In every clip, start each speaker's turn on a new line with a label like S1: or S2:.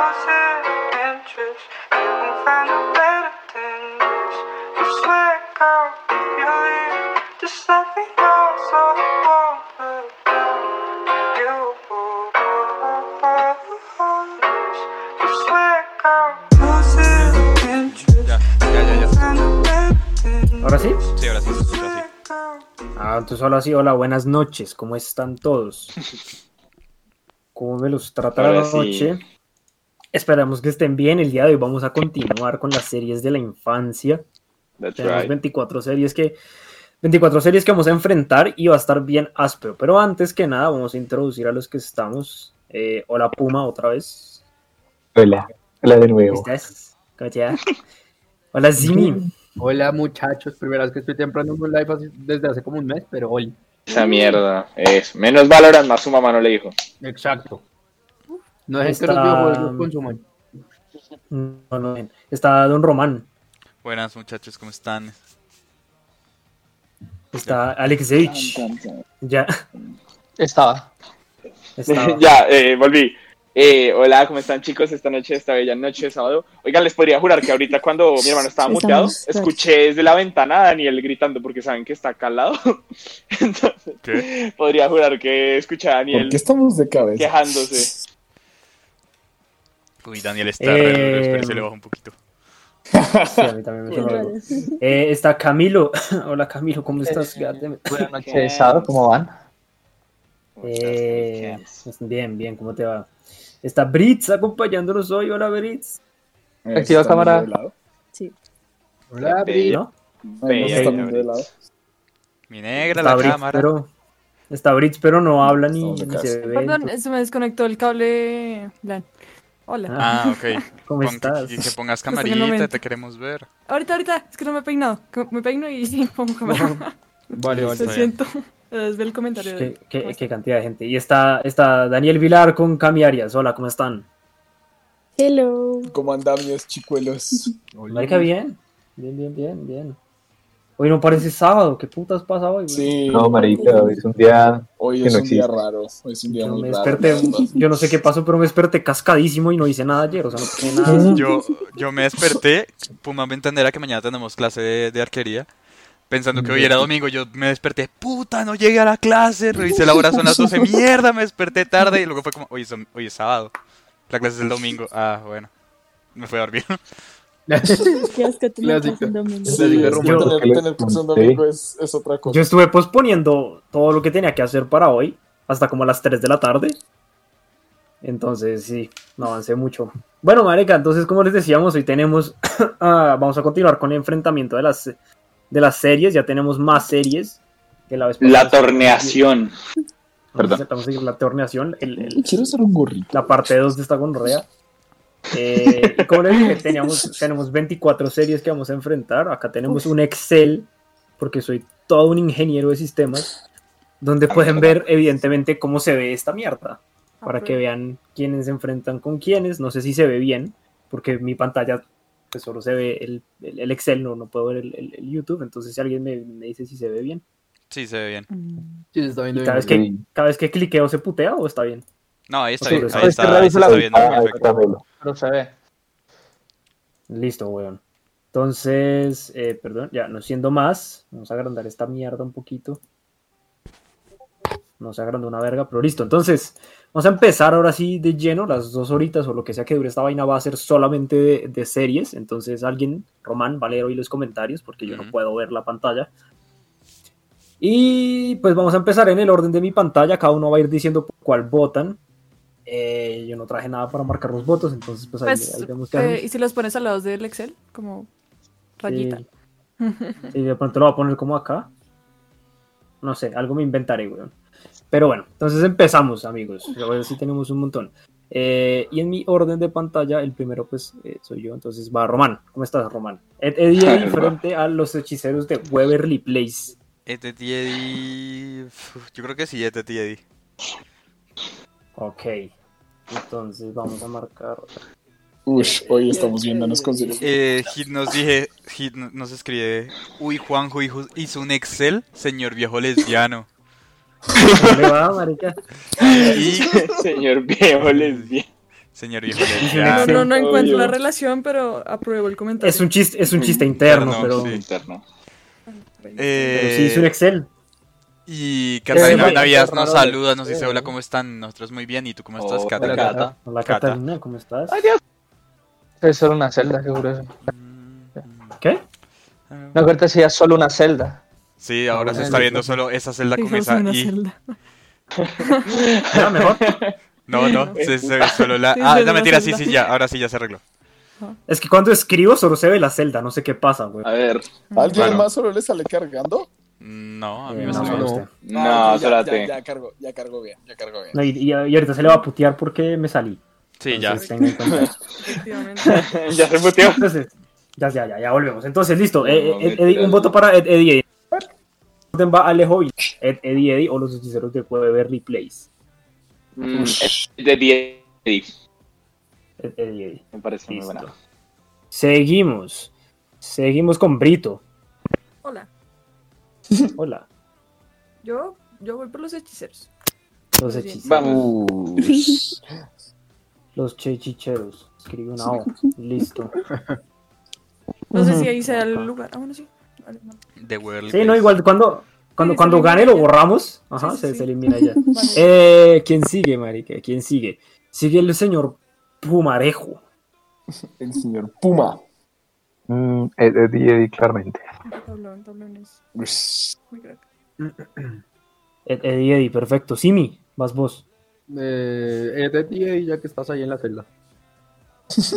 S1: Losing interest, you can find a better than this. You swear, girl, if you leave, just let me know so I won't look down. You, you swear, girl, losing interest.
S2: Ya, ya, ya, ya.
S1: Find a better than
S3: ¿Ahora sí?
S1: this.
S2: Sí, ahora sí, ahora sí.
S1: Swear, girl.
S3: Ah, entonces ahora sí, hola, buenas noches, ¿cómo están todos? ¿Cómo me los trata la
S4: Ahora sí.
S3: noche? Esperamos que estén bien, el día de hoy vamos a continuar con las series de la infancia.
S4: That's
S3: Tenemos
S4: right.
S3: 24 series que 24 series que vamos a enfrentar y va a estar bien áspero, pero antes que nada vamos a introducir a los que estamos. Eh, hola Puma otra vez.
S5: Hola, hola de
S3: ¿Cómo
S5: nuevo.
S4: Este,
S3: estás? ¿Cómo te va? Hola Zimi.
S6: Hola muchachos, primera vez que estoy temprano en un live así- desde hace como un mes, pero hoy.
S4: Esa mierda. Es menos Valorant, más su mamá no le dijo.
S6: Exacto. No dejen que
S3: Está-
S6: los videojuegos consuman.
S3: No, no, bien. Está Don Román.
S2: Buenas muchachos, ¿cómo están?
S3: Está Alexevich. Ya.
S7: Estaba.
S3: Está.
S4: ya, eh, volví. Eh, hola, ¿cómo están chicos? Esta noche, esta bella noche de sábado. Oigan, les podría jurar que ahorita cuando mi hermano estaba
S8: Estamos
S4: muteado,
S8: fuertes.
S4: escuché desde la ventana a Daniel gritando porque saben que está acá al lado. Entonces,
S2: ¿Qué?
S4: podría jurar que escuché a Daniel
S5: ¿Por qué estamos de cabeza?
S4: quejándose.
S2: Uy, Daniel está re duro,
S3: Eh,
S2: espere, se le baja un poquito.
S3: Sí, a mí también me
S8: Qué
S3: suena
S8: raro.
S3: algo. Eh, está Camilo. Hola Camilo, ¿cómo estás?
S7: Eh,
S3: Quédate-
S7: Buenas noches, Sado, ¿cómo van?
S3: Eh, bien, bien, ¿cómo te va? Está Britz acompañándonos hoy. Hola Britz.
S5: Eh,
S7: Activa
S5: ¿estamos
S7: cámara.
S5: de lado?
S6: Hola,
S5: Eh,
S4: Bella,
S6: Bri.
S3: ¿No?
S5: No, no
S4: bella,
S5: estamos de lado.
S2: Mi negra,
S3: Está
S2: la
S3: Britz,
S2: cámara.
S3: pero. Está Britz, pero no habla ni,
S5: Estamos de
S3: ni
S5: casa.
S3: se ve.
S8: Perdón,
S3: entonces-
S8: se me desconectó el cable. LAN. Hola.
S2: Ah, ok.
S3: ¿Cómo
S2: Pon que-
S3: estás?
S2: Y que pongas
S8: en el
S2: camarita,
S8: momento.
S2: te queremos ver.
S8: Ahorita, ahorita, es que no me he peinado. Que Me peino y sí, pongo cámara.
S6: Vale,
S2: Listo.
S6: vale.
S8: Lo
S2: está bien.
S8: siento. Es del comentario.
S3: Qué,
S8: de-
S3: qué-
S8: ¿Cómo
S3: qué cantidad de gente. Y está, está Daniel Vilar con Cami Arias. Hola, ¿cómo están?
S8: Hello.
S5: ¿Cómo andan mis chicuelos?
S3: Marica, bien. Bien, bien, bien, bien. Hoy no parece sábado. ¿Qué putas pasa hoy? güey?
S5: Sí,
S7: No, marica, hoy es un día.
S5: hoy
S7: que
S5: es
S7: no
S5: un día
S7: existe.
S5: raro. Hoy es un día
S3: Yo
S5: muy
S3: me
S5: raro.
S3: desperté,
S5: la verdad.
S3: yo no sé qué pasó, pero me desperté cascadísimo y no hice nada ayer. O sea, no tenía nada.
S2: Yo, yo me desperté, Puma me entenderá que mañana tenemos clase de, de arquería. Pensando que hoy era domingo, yo me desperté, puta, no llegué a la clase, revisé la hora, son las 12, mierda, me desperté tarde y luego fue como, hoy es, dom- hoy es sábado, la clase es el domingo, ah, bueno, me fui a dormir.
S8: Qué asco
S6: tener Clásico. clase un
S5: Sí,
S6: Yo-
S5: es que
S3: yo-
S5: tener,
S7: yo-
S5: tener clase un
S7: sí.
S5: domingo es, es otra cosa.
S3: Yo estuve posponiendo todo lo que tenía que hacer para hoy hasta como a las 3 de la tarde. Entonces, sí, no avancé mucho. Bueno, Marica, entonces, como les decíamos, hoy tenemos. ah, vamos a continuar con el enfrentamiento de las, de las series. Ya tenemos más series que la vez
S4: La
S3: pasada.
S4: torneación.
S3: Vamos a
S4: perdón.
S3: vamos a seguir la torneación. el- el-
S5: Quiero ser un gorrito.
S3: la parte 2 de esta gonorrea. Eh, y como les dije, teníamos, tenemos 24 series que vamos a enfrentar. Acá tenemos un Excel, porque soy todo un ingeniero de sistemas, donde pueden ver evidentemente cómo se ve esta mierda, para que vean quiénes se enfrentan con quiénes. No sé si se ve bien, porque mi pantalla pues, solo se ve el, el- el Excel, no, no puedo ver el, el- el YouTube. Entonces si alguien me, me dice si se ve bien.
S2: Sí, se ve bien.
S8: Mm.
S6: Sí, se está viendo
S3: Y cada vez
S6: bien.
S3: que, cada vez que cliqueo se putea o está bien.
S2: No, ahí está
S3: Sí,
S2: bien,
S3: pero
S2: ahí
S3: Pues es
S2: está, ahí se está viendo
S7: ventana,
S2: perfecto.
S7: Camilo.
S6: Pero se ve.
S3: Listo, weón. Entonces, eh, perdón, ya no siendo más, vamos a agrandar esta mierda un poquito. No se agrandó una verga, pero listo. Entonces, vamos a empezar ahora sí de lleno. Las dos horitas o lo que sea que dure esta vaina va a ser solamente de, de series. Entonces, alguien, Román, va a leer hoy los comentarios porque yo no
S2: Ujú.
S3: puedo ver la pantalla. Y pues vamos a empezar en el orden de mi pantalla. Cada uno va a ir diciendo por cuál votan. Eh, yo no traje nada para marcar los votos, entonces pues ahí,
S8: Pues,
S3: ahí vemos qué hacemos.
S8: eh, ¿Y si los pones al lado del Excel? Como rayita.
S3: Sí. Sí, de pronto lo voy a poner como acá. No sé, algo me inventaré, weón. Pero bueno, entonces empezamos, amigos. A ver si tenemos un montón. Eh, y en mi orden de pantalla, el primero pues eh, soy yo, entonces va Román. ¿Cómo estás, Román? Ed Eddie Eddy
S4: Ay,
S3: frente a los hechiceros de Waverly Place.
S2: Este Tiedi, uf, yo creo que sí, este Tiedi.
S3: Ok. Entonces vamos a marcar.
S5: Ush, hoy estamos viéndonos con
S2: Eh, Hit nos dije, Hit no- nos escribe, uy, Juanjo hijo- hizo un Excel, señor viejo lesbiano.
S3: ¿Cómo le va, marica?
S2: Y
S4: Señor viejo lesbiano.
S2: Señor viejo
S8: No,
S2: lesbiano.
S8: no, no
S4: Obvio.
S8: encuentro la relación, pero apruebo el comentario.
S3: Es un chiste, es un chiste interno,
S2: Interno,
S3: pero,
S2: sí.
S4: Interno.
S3: pero
S2: Eh,
S3: sí hice un Excel.
S2: Y
S3: Eh,
S2: Catalina
S3: bueno,
S2: Navidad
S6: Fernando,
S2: nos saluda, nos dice
S6: eh,
S2: hola, ¿cómo están? Nosotros muy bien, ¿y tú cómo estás,
S4: Hola,
S2: Cata?
S4: Cata.
S3: Oh, Hola
S2: Cata.
S3: Catalina, ¿cómo estás?
S7: Es solo una celda, seguro eso.
S2: Mm,
S3: ¿Qué?
S2: ah.
S7: No, ahorita sí es solo una celda.
S2: Sí, ahora se está viendo solo esa celda con
S8: Fijos
S2: esa
S8: en una
S2: y...
S8: celda.
S3: ¿Era Ah, mejor?
S2: No, no, se, se ve solo la...
S8: Sí,
S2: Ah,
S8: solo
S2: no,
S8: una
S2: mentira, sí,
S8: celda.
S2: sí, ya, ahora sí ya se arregló.
S3: Es que cuando escribo solo se ve la celda, no sé qué pasa, güey.
S4: A ver.
S5: ¿Alguien
S2: Claro.
S5: más solo le sale cargando?
S2: No, a mí
S3: Eh,
S2: me
S3: no,
S2: salió
S3: solo
S2: bien.
S3: usted.
S4: No,
S5: ya,
S4: espérate.
S5: Ya, ya cargo, ya cargo bien, ya cargo bien.
S3: No, y, y- y ahorita se le va a putear porque me salí.
S2: Sí, ya.
S3: Entonces, tenga en cuenta eso.
S8: Efectivamente.
S4: Ya se puteó.
S3: Entonces, ya, ya, ya, ya volvemos. Entonces, listo. eh,
S4: No,
S3: eh,
S4: no,
S3: Eddie,
S4: literal.
S3: un voto para Ed, Eddie, Eddie. Orden va Alejo Villa, Ed, Eddie, Eddie o los hechiceros de Cuever Replays.
S4: Mm, es de 10.
S3: Ed, Eddie, Eddie.
S4: Me parece muy
S3: Listo.
S4: buena.
S3: Seguimos. Seguimos con Brito.
S8: Hola,
S3: Hola.
S8: yo, yo voy por los hechiceros.
S3: Los
S8: Muy bien.
S3: hechiceros.
S4: Vamos.
S5: Uh,
S3: Los chechicheros. Escribe una O. Listo.
S8: No sé si ahí sea el lugar. Ah, bueno, sí. Vale, no.
S2: The World
S3: Sí, no,
S2: is-
S3: igual cuando, cuando,
S8: Sí,
S3: cuando
S8: se
S3: gane
S8: elimina
S3: lo
S8: ya.
S3: borramos. Ajá,
S8: Sí, sí,
S3: se,
S8: sí.
S3: se elimina ya.
S8: Vale.
S3: Eh, ¿Quién sigue, marica? ¿Quién sigue? Sigue el señor Pumarejo.
S5: El señor Puma.
S7: Mm, Ed, Eddie, Eddie, claramente.
S8: Un tablón, tablones.
S5: Ush.
S8: Muy crack.
S3: Ed- Eddie, Eddie, perfecto. Simi, vas vos.
S6: Eh, eh, de ti, eh, ya que estás ahí en la celda.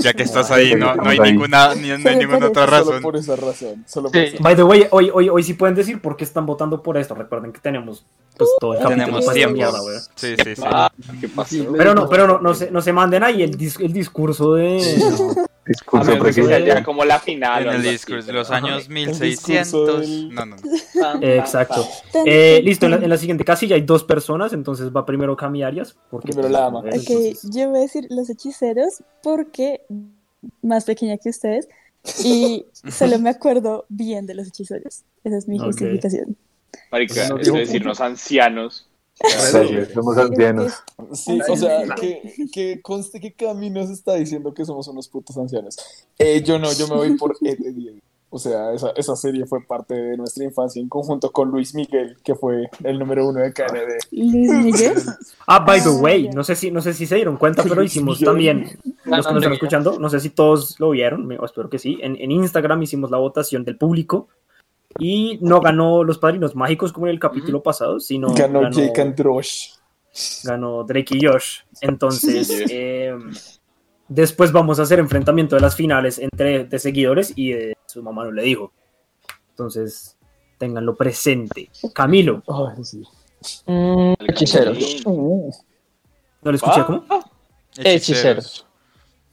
S2: Ya que estás ahí, no, no hay
S7: Ahí.
S2: ninguna, ni- no hay ninguna otra
S5: Solo
S2: razón.
S5: por esa razón. Solo por
S7: Sí.
S5: esa
S3: By the way, hoy, hoy, hoy sí pueden decir por qué están votando por esto. Recuerden que tenemos pues, todo el capítulo
S2: Uh, Tenemos
S3: para esta
S2: tiempo.
S3: mierda, güey.
S2: Sí, sí, sí.
S4: Ah, ¿Qué pasó?
S3: Pero no, pero no, no se, no se manden ahí el, dis- el discurso de.
S4: A
S7: Discurso
S4: menos de que
S7: preciso.
S4: sea ya como la final.
S2: En
S4: o
S2: el
S4: algo
S2: discurso,
S4: así,
S2: los
S4: pero-
S2: años
S5: El
S2: 1600...
S5: discurso del-
S2: No, no, no.
S3: Eh, Exacto. Eh, listo, en la, en la siguiente casilla hay dos personas, entonces va primero Cami Arias. Porque, pues,
S5: Primero la ama.
S3: Ok.
S9: Ok, yo voy a decir los hechiceros porque más pequeña que ustedes y solo me acuerdo bien de los hechiceros. Esa es mi
S3: Ok.
S9: justificación.
S4: Marica,
S6: No,
S4: es
S6: digo-
S4: decirnos ancianos.
S7: Sí, Somos ancianos.
S5: Sí, o sea, que, que conste que Cami nos está diciendo que somos unos putos ancianos. Eh, yo no, yo me voy por Ed, Ed, Ed. O sea, esa, esa serie fue parte de nuestra infancia en conjunto con Luis Miguel, que fue el número uno de Canadá.
S9: Luis Miguel,
S3: Ah, by the way,
S9: Ah, ya.
S3: no sé si, no sé si se dieron cuenta, pero hicimos
S5: Yo-
S3: también, los que
S7: no,
S3: nos están
S7: no.
S3: escuchando, no sé si todos lo vieron, me- espero que sí, en, en Instagram hicimos la votación del público y no ganó los Padrinos Mágicos como en el capítulo pasado, sino
S5: ganó,
S3: ganó,
S5: Jake and Drosh.
S3: ganó Drake y Josh. Entonces,
S4: Sí, sí.
S3: eh, después vamos a hacer enfrentamiento de las finales entre de seguidores y de su mamá no le dijo. Entonces, ténganlo presente. Camilo,
S5: Ay, sí.
S7: Mm, hechiceros.
S5: Uh,
S3: ¿no le
S7: Ah.
S3: escuché cómo?
S7: Hechiceros.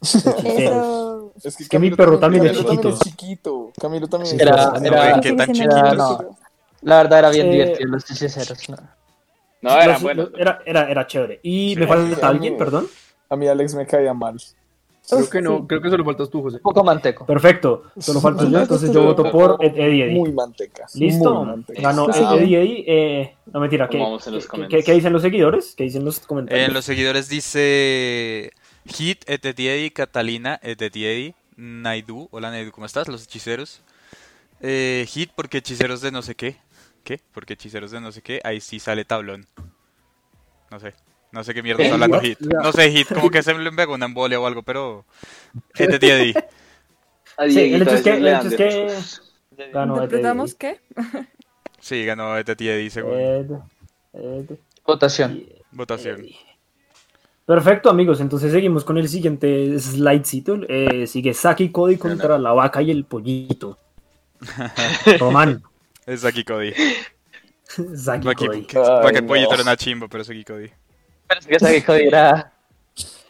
S9: eso.
S5: es que,
S3: que mi
S5: Camilo
S3: perro también es
S5: Camilo también
S3: chiquito.
S5: es chiquito. Camilo también es
S7: Era-
S5: chiquito.
S7: era-
S9: eso
S2: qué
S9: sí
S2: tan
S9: se me
S2: chiquitos.
S9: olvidó.
S7: No. La verdad era bien
S3: Eh,
S7: divertido los hechiceros. ¿no?
S4: No, Ah, era
S3: Los-
S4: bueno.
S3: los- era, era, era chévere. Y
S2: Sí.
S3: me falta alguien,
S5: Sí.
S3: perdón.
S5: A mí Alex me caía mal.
S6: Creo
S9: Uf,
S6: que no,
S9: sí.
S6: creo que solo faltas tú, José.
S7: Un poco manteco.
S3: Perfecto. Solo falta yo, entonces yo voto por Ed- Eddie Eddie.
S5: Muy manteca.
S3: ¿Listo? Ah,
S5: Muy manteca. Ah,
S3: Ganó
S4: Sí.
S3: Ed- Eddie Eddie. Eh, no, mentira. ¿qué,
S4: Vamos en los
S3: qué-
S4: comentarios.
S3: qué- qué dicen los seguidores? ¿Qué dicen los comentarios?
S2: En Eh, los seguidores dice Hit, Etetiedi, Catalina, Etetiedi, Naidu. Hola Naidu, ¿cómo estás? Los hechiceros. Eh, hit porque hechiceros de no sé qué. ¿Qué? Porque hechiceros de no sé qué. Ahí sí sale tablón. No sé. No sé qué mierda
S3: Eh,
S2: está hablando Hit. No sé, Hit, como que se me pegó una embolia o algo, pero. Etetiedi.
S3: Sí,
S4: A
S3: el
S4: Dieguito,
S3: hecho es que-
S4: a ese le
S3: el
S4: dan
S3: hecho es
S4: de-
S3: Ganó Ed- Ed-
S8: ¿Interpretamos qué?
S2: Sí, ganó Etetiedi según
S3: Ed- Ed-
S7: Votación.
S3: Eddie.
S2: votación.
S3: Perfecto, amigos. Entonces seguimos con el siguiente slidecito. Eh, sigue Saki Cody contra la vaca y el pollito. Román.
S2: Es Saki Cody.
S3: Saki Cody.
S2: Saki Saki
S5: no.
S2: Pollito era una chimba, pero Saki Cody.
S7: Pero es que sabía que era. A la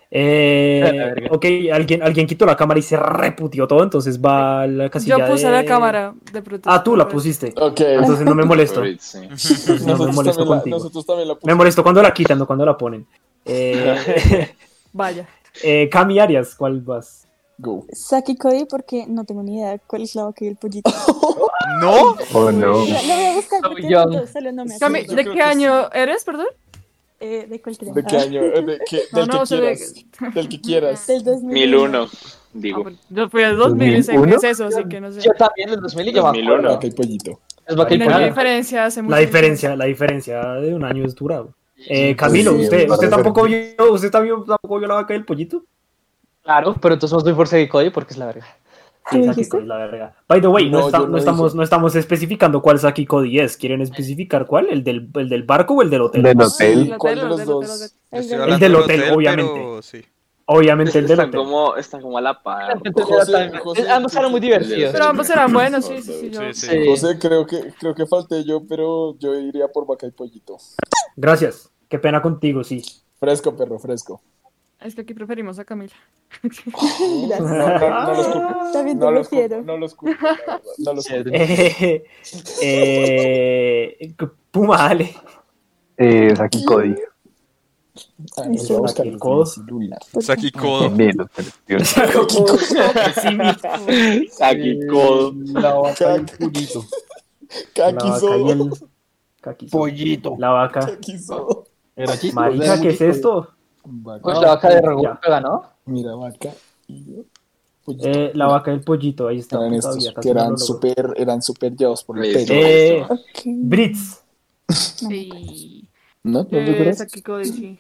S3: Eh,
S7: verga.
S3: ok, alguien, alguien quitó la cámara y se reputió todo, entonces va a la casilla.
S8: Yo puse
S3: de-
S8: la cámara de protesta.
S3: Ah, tú la pusiste.
S5: Ok.
S3: Entonces no me molesto.
S4: Sí.
S3: No me
S5: Nosotros,
S3: molesto
S5: también la,
S3: contigo.
S5: nosotros también la
S3: Me molesto cuando la quitan, no cuando la ponen. Eh,
S8: Vaya.
S3: eh, Cami Arias, ¿cuál vas?
S5: Go.
S9: Saki Cody porque no tengo ni idea cuál es la vaca y el pollito.
S2: ¡No!
S7: Oh no.
S9: Lo, lo voy a buscar porque
S7: Young.
S9: no, solo no me
S8: Cami,
S9: acuerdo.
S8: ¿de qué año eres, perdón?
S9: Eh, ¿De cuál
S5: ¿De qué año? Eh, de qué-
S8: No,
S5: del
S8: no,
S5: que
S8: se ve-
S5: quieras. Del que quieras.
S9: Del
S4: 2001,
S8: Ah,
S4: digo.
S8: pues, Yo fui al 2000 y sé que
S7: 2001.
S8: es pues, eso, así que no sé.
S7: Yo también, el 2000 y yo me acuerdo.
S4: 2001.
S5: Ok, pollito.
S7: Es vaca y
S8: No hay
S7: pollito.
S8: diferencia hace mucho
S3: La
S8: tiempo.
S3: diferencia, la diferencia de un año es dura. güey. Eh, Camilo,
S5: sí,
S3: usted,
S5: me
S3: usted
S5: parece.
S3: tampoco vio, usted también tampoco vio la vaca del pollito.
S7: Claro, pero entonces somos muy forcedicoy porque es la verga.
S9: ¿Qué
S3: Sí, Saki
S9: dijiste?
S3: Cody, la verga. By the way, no,
S5: No,
S3: está-
S5: yo
S3: no
S5: no
S3: estamos,
S5: dije.
S3: no estamos especificando cuál Saki Cody es. ¿Quieren especificar cuál? ¿El del, el del barco o el del hotel?
S7: Del
S8: Sí,
S7: hotel.
S8: la
S5: ¿Cuál de
S8: tele,
S5: los
S8: la tele,
S5: dos?
S8: la tele.
S2: Yo estoy
S9: El
S2: hablando
S3: del
S2: del
S3: hotel,
S2: Pero,
S3: obviamente.
S2: sí.
S3: Obviamente el del
S4: Están
S3: hotel.
S4: como, están como a la par.
S5: José, José,
S7: Ambos eran muy divertidos.
S8: Pero ambos eran buenos, sí, sí, sí. yo-
S2: Sí, sí.
S7: Sí.
S5: José, creo que, creo que falté yo, pero yo iría por vaca y pollito.
S3: Gracias. Qué pena contigo, sí.
S5: Fresco, perro, fresco.
S8: Es que aquí preferimos a Camila.
S5: No,
S9: Gracias.
S5: no, no los culpo.
S9: Ah. También
S5: No
S9: te
S5: los culpo,
S9: prefiero.
S5: no los culpo, la verdad, no los culpo.
S3: Eh, eh, Puma, dale.
S10: Eh, Saki Cody.
S5: Ah, nos va a buscar el
S3: Codo.
S5: celular.
S2: Saki Kodo.
S10: Bien, los televidentes.
S4: Aquí, codo.
S6: Eh, La vaca y el pollito.
S3: La vaca y
S5: Kakisodo.
S3: el- Kakisodo.
S6: Pollito.
S3: La vaca.
S5: Kakisodo.
S6: Era chiste.
S3: Marica, ¿qué es esto?
S7: Pues
S5: Vaca.
S7: la vaca de
S3: Ya.
S7: Roguca ganó.
S5: Mira, vaca. y- Pollito.
S3: Eh, la vaca del pollito, ahí está.
S5: Eran
S3: puta
S5: estos
S3: vida, casi
S5: que
S3: no
S5: eran
S3: lo logro.
S5: super, eran super llevados por el
S4: Listo.
S5: pelo.
S3: Eh,
S9: Ok.
S3: Brits.
S8: Sí.
S5: ¿No? ¿No
S8: Eh,
S5: recuerdas?
S8: Saki Cody,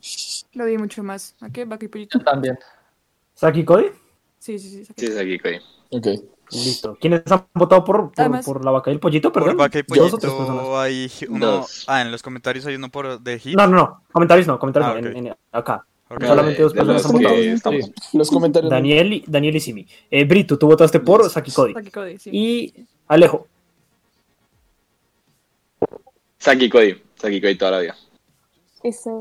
S8: sí. Lo vi mucho más. ¿A qué? Vaca y pollito.
S7: Yo también.
S3: Saki Cody.
S8: Sí, sí, sí. Saki.
S4: Sí, es aquí, Cody.
S5: Ok.
S3: Listo. ¿Quiénes han votado por, por,
S8: Además-
S3: por la vaca y el pollito? Perdón.
S2: Por vaca y
S3: Dos o tres personas.
S2: pollito hay uno.
S4: Dos.
S2: Ah, en los comentarios hay uno por de hit.
S3: No, no, no. Comentarios no, comentarios
S2: Ah,
S3: no.
S2: ok.
S3: en- en- acá.
S2: Ok.
S3: Solamente dos
S4: De- de
S3: personas
S4: los
S3: han votado.
S4: que estamos-
S7: Sí.
S5: Los comentarios.
S3: Daniel y, Daniel y Simi. Eh, Brito, tú votaste por Saki Cody.
S8: Saki Cody, sí.
S3: Y Alejo.
S4: Saki Cody. Saki Cody toda la vida.
S9: Eso.